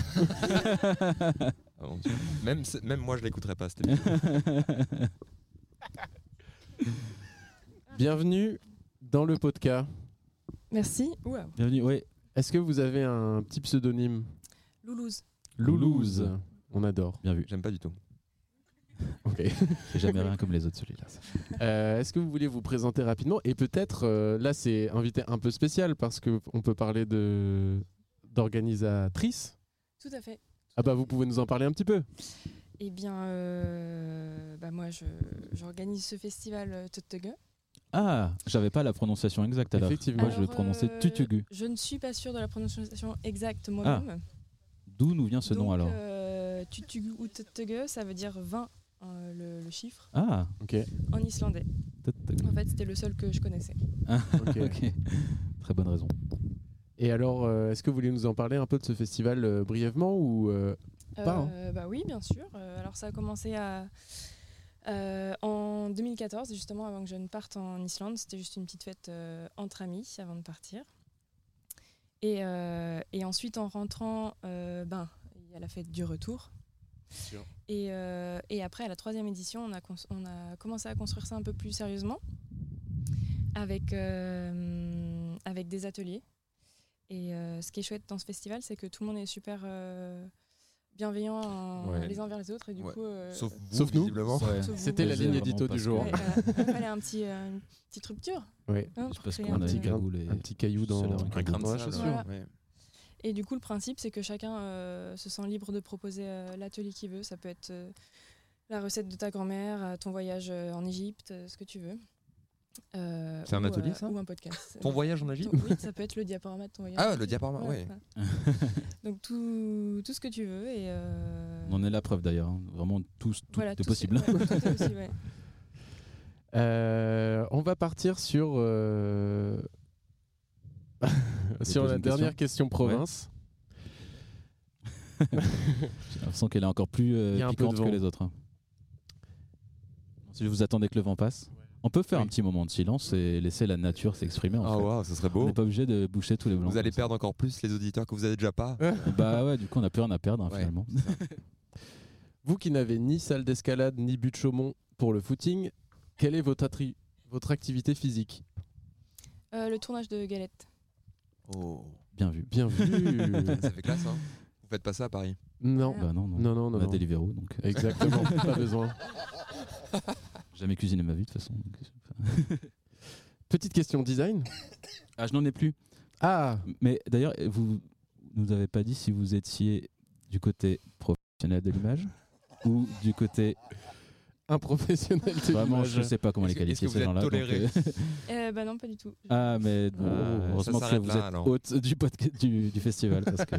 S1: Ah, mon Dieu. Même, c- même moi, je l'écouterai pas, c'était bien.
S10: Bienvenue dans le podcast.
S15: Merci.
S9: Bienvenue, oui.
S10: Est-ce que vous avez un petit pseudonyme
S15: Loulouse.
S10: Loulouse. On adore.
S9: Bien vu.
S1: J'aime pas du tout.
S10: Ok.
S9: J'ai jamais rien comme les autres, celui-là.
S10: Euh, Est-ce que vous voulez vous présenter rapidement Et peut-être, euh, là, c'est invité un peu spécial parce que on peut parler de d'organisatrice.
S16: Tout à fait.
S10: Ah bah, vous pouvez nous en parler un petit peu.
S16: Eh bien, euh, bah moi, je- j'organise ce festival euh, Tutugu.
S9: Ah, j'avais pas la prononciation exacte alors.
S10: Effectivement.
S9: Moi, je vais
S16: Alors,
S9: prononcer
S16: euh,
S9: Tutugu.
S16: Je ne suis pas sûre de la prononciation exacte
S10: Ah.
S16: moi-même.
S9: D'où nous vient ce nom
S16: Donc,
S9: alors
S16: euh, Tutugu ou Tutugu, ça veut dire 20, euh, le, le chiffre,
S9: Ah,
S10: ok.
S16: en islandais.
S9: Tac, tac.
S16: En fait, c'était le seul que je connaissais.
S9: Ah, ok. Très bonne raison.
S10: Et alors, euh, est-ce que vous voulez nous en parler un peu de ce festival euh, brièvement ou euh, pas hein
S16: Euh, bah oui, bien sûr. Euh, alors ça a commencé à, euh, en 2014, justement avant que je ne parte en Islande. C'était juste une petite fête euh, entre amis avant de partir. Et, euh, et ensuite, en rentrant, euh, ben, il y a la fête du retour.
S10: sûr.
S16: Et, euh, et après, à la troisième édition, on a, cons- on a commencé à construire ça un peu plus sérieusement avec, euh, avec des ateliers. Et euh, ce qui est chouette dans ce festival, c'est que tout le monde est super euh, bienveillant en-
S1: Ouais.
S16: les uns vers les autres. Et du
S1: Ouais.
S16: coup, euh,
S1: Sauf vous,
S10: Sauf nous.
S1: visiblement.
S10: Ouais.
S16: sauf vous.
S10: C'était la ligne édito du jour.
S16: Ouais, voilà. Il fallait un petit, euh, une petite rupture.
S10: Oui.
S16: hein, pour créer
S10: un,
S16: un
S10: petit
S16: peu-
S10: grain- un petit caillou dans,
S9: solaire,
S16: Euh,
S9: un grain de
S10: dans la
S9: sable.
S1: euh,
S10: chaussure.
S16: Voilà. Et du coup, le principe, c'est que chacun euh, se sent libre de proposer euh, l'atelier qu'il veut. Ça peut être euh, la recette de ta grand-mère, euh, ton voyage euh, en Égypte, euh, ce que tu veux. Euh,
S1: C'est un
S16: ou,
S1: atelier,
S16: euh,
S1: ça
S16: Ou un podcast.
S1: Ton voyage en Égypte
S16: Ton- Oui, ça peut être le diaporama de ton voyage.
S1: Ah,
S16: en
S1: le
S16: Égypte.
S1: diaporama,
S16: Voilà,
S1: ouais.
S16: voilà. Donc tout, tout ce que tu veux. Et, euh,
S9: On en est la preuve d'ailleurs. hein. Vraiment, tous, tout
S16: voilà,
S9: est
S16: tout
S9: possible.
S16: ouais, tout est possible, ouais.
S10: Euh, on va partir sur, euh, sur
S9: poser
S10: la
S9: une
S10: dernière
S9: question
S10: question province.
S9: J'ai l'impression qu'elle est encore plus euh,
S10: Il y a un peu de
S9: piquante que
S10: vent.
S9: les autres. hein. Si vous attendez que le vent passe, on peut faire un petit moment de silence et laisser la nature s'exprimer.
S1: Ah,
S9: en fait.
S1: waouh, ce serait beau.
S9: On n'est pas obligé de boucher tous les blancs.
S1: Vous allez perdre encore plus les auditeurs que vous avez déjà pas.
S9: Bah ouais, du coup, on a plus rien à perdre hein,
S1: Ouais.
S9: finalement.
S10: Vous qui n'avez ni salle d'escalade ni but de Chaumont pour le footing, quelle est votre, attri- votre activité physique
S16: Euh, le tournage de Galette.
S1: Oh.
S9: Bien vu.
S10: Bien vu
S1: Ça fait classe, hein Vous faites pas ça à Paris
S10: non.
S9: Bah non, non.
S10: non, non,
S9: on
S10: non,
S9: a
S10: non.
S9: Deliveroo, donc. euh,
S10: Exactement, pas besoin.
S9: Jamais cuisiné ma vie de toute façon. donc-
S10: Petite question design.
S9: Ah, je n'en ai plus.
S10: Ah
S9: Mais d'ailleurs, vous nous avez pas dit si vous étiez du côté professionnel de l'image ou du côté.
S10: Un professionnel de
S9: Vraiment,
S10: l'image.
S9: je sais pas comment les
S10: Est-ce que- est-ce
S9: qualifier,
S10: que vous
S9: ces
S10: êtes
S9: gens-là. donc,
S10: toléré
S9: euh,
S16: Euh, bah non, pas du tout.
S9: Ah, mais
S1: Ah,
S9: heureusement
S1: ça
S9: que
S1: s'arrête
S9: vous
S1: là,
S9: êtes
S1: alors.
S9: hôte du, podca- du, du festival. Parce que...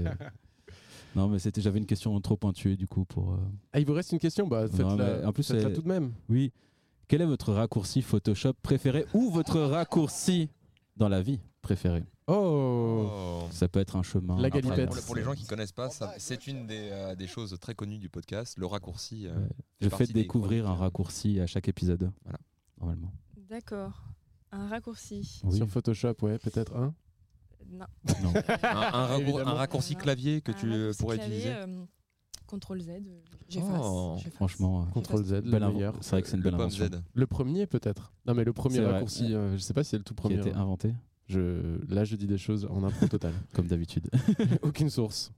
S9: non, mais c'était, j'avais une question trop pointuée du coup pour. euh,
S10: Ah, il vous reste une question Bah,
S9: non, mais
S10: faites-la
S9: en plus,
S10: faites-la
S9: c'est-
S10: tout de même.
S9: Oui. Quel est votre raccourci Photoshop préféré ou votre raccourci dans la vie préféré
S10: Oh,
S9: Ça peut être un chemin. un
S1: Pour,
S9: traverse.
S1: pour les gens qui connaissent pas, ça- c'est une des, euh, des choses très connues du podcast, le raccourci. euh, fait
S9: Le fait
S1: partie
S9: de
S1: des
S9: découvrir un raccourci à chaque épisode.
S1: Voilà.
S9: Normalement.
S16: D'accord. Un raccourci.
S10: Sur Photoshop, ouais, peut-être un.
S16: Non.
S9: Non.
S1: Un, un raccour-
S10: Évidemment.
S1: un raccourci clavier
S16: Ah,
S1: que tu euh, pourrais utiliser.
S16: Ctrl Z, euh, j'efface.
S1: Oh,
S16: j'efface.
S9: Franchement, euh,
S10: Ctrl Z, le
S9: belle invo-
S10: meilleur.
S9: C'est vrai que c'est une
S1: Le
S9: belle
S1: pomme
S9: invention.
S1: Z.
S10: Le premier peut-être. Non mais le premier
S9: C'est vrai.
S10: raccourci, euh, je sais pas si c'est le tout
S9: Qui a
S10: premier. hein.
S9: été inventé,
S10: Je, là je dis des choses en impro total.
S9: comme d'habitude.
S10: Aucune source.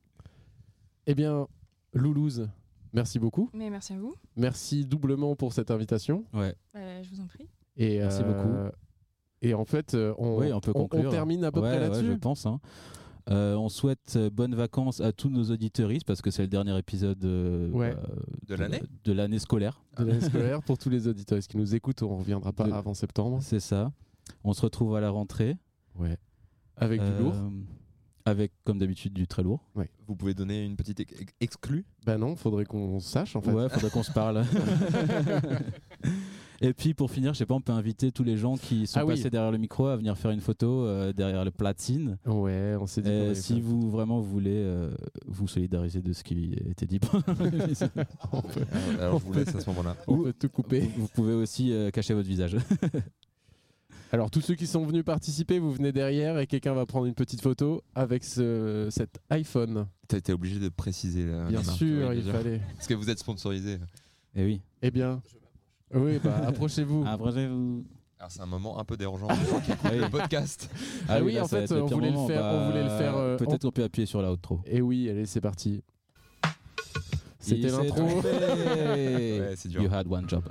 S10: Eh bien, Loulouse, merci beaucoup.
S16: Mais merci à vous.
S10: Merci doublement pour cette invitation.
S9: Ouais.
S16: Euh, je vous en prie.
S10: Et, euh,
S9: Merci beaucoup.
S10: Et en fait, euh, on,
S9: Oui, on peut
S10: on- on
S9: conclure.
S10: termine à peu
S9: Ouais,
S10: près
S9: ouais,
S10: là-dessus.
S9: je pense. hein. Euh, on souhaite euh, bonnes vacances à tous nos auditeuristes parce que c'est le dernier épisode euh,
S10: Ouais.
S9: euh,
S1: De l'année
S9: de l'année scolaire.
S10: De l'année scolaire pour tous les auditeurs qui nous écoutent, on reviendra pas
S9: De-
S10: avant septembre.
S9: C'est ça. On se retrouve à la rentrée
S10: Ouais. Avec
S9: Euh,
S10: du lourd.
S9: avec comme d'habitude du très lourd.
S1: Vous pouvez donner une petite ex- ex- exclue
S10: Bah non, faudrait qu'on sache en fait.
S9: Ouais, faudrait qu'on se parle. Et puis pour finir, je sais pas, on peut inviter tous les gens qui sont
S10: Ah oui.
S9: passés derrière le micro à venir faire une photo euh, derrière le platine.
S10: Ouais, on s'est dit. qu'on
S9: Euh,
S10: allait
S9: si
S10: faire-
S9: vous vraiment voulez euh, vous solidariser de ce qui a été dit, pendant l'émission,
S10: on peut,
S1: Euh, Alors je vous laisse à ce moment-là.
S10: on peut tout couper.
S9: vous pouvez aussi euh, cacher votre visage.
S10: Alors tous ceux qui sont venus participer, vous venez derrière et quelqu'un va prendre une petite photo avec ce, cet iPhone.
S1: T'as été obligé de préciser.
S9: Ah,
S1: Là,
S10: Bien
S1: Marc.
S10: sûr,
S1: Oui,
S10: il
S1: bien sûr.
S10: fallait.
S1: Parce que vous êtes sponsorisé.
S9: Et oui.
S10: Eh bien, oui, bah approchez-vous. Ah,
S9: Abrégez-vous.
S1: Alors c'est un moment un peu dérangeant pour les gens qui écoutent
S9: Ah oui.
S1: le podcast.
S10: Ah oui, en fait, on voulait, le faire, on voulait le faire. euh, en-
S9: Peut-être qu'on peut appuyer sur la outro.
S10: Eh oui, allez, c'est parti.
S9: Il
S10: C'était
S9: s'est
S10: l'intro.
S9: trompé.
S1: Ouais, c'est dur.
S9: You had one job.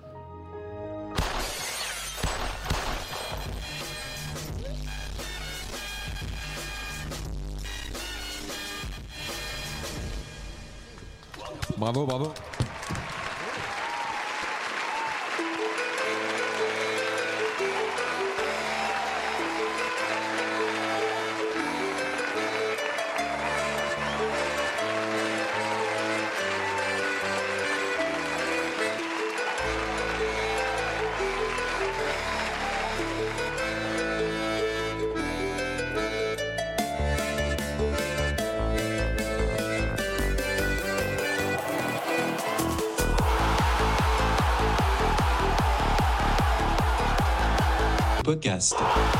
S1: Bravo, bravo.
S2: Thank
S9: podcast.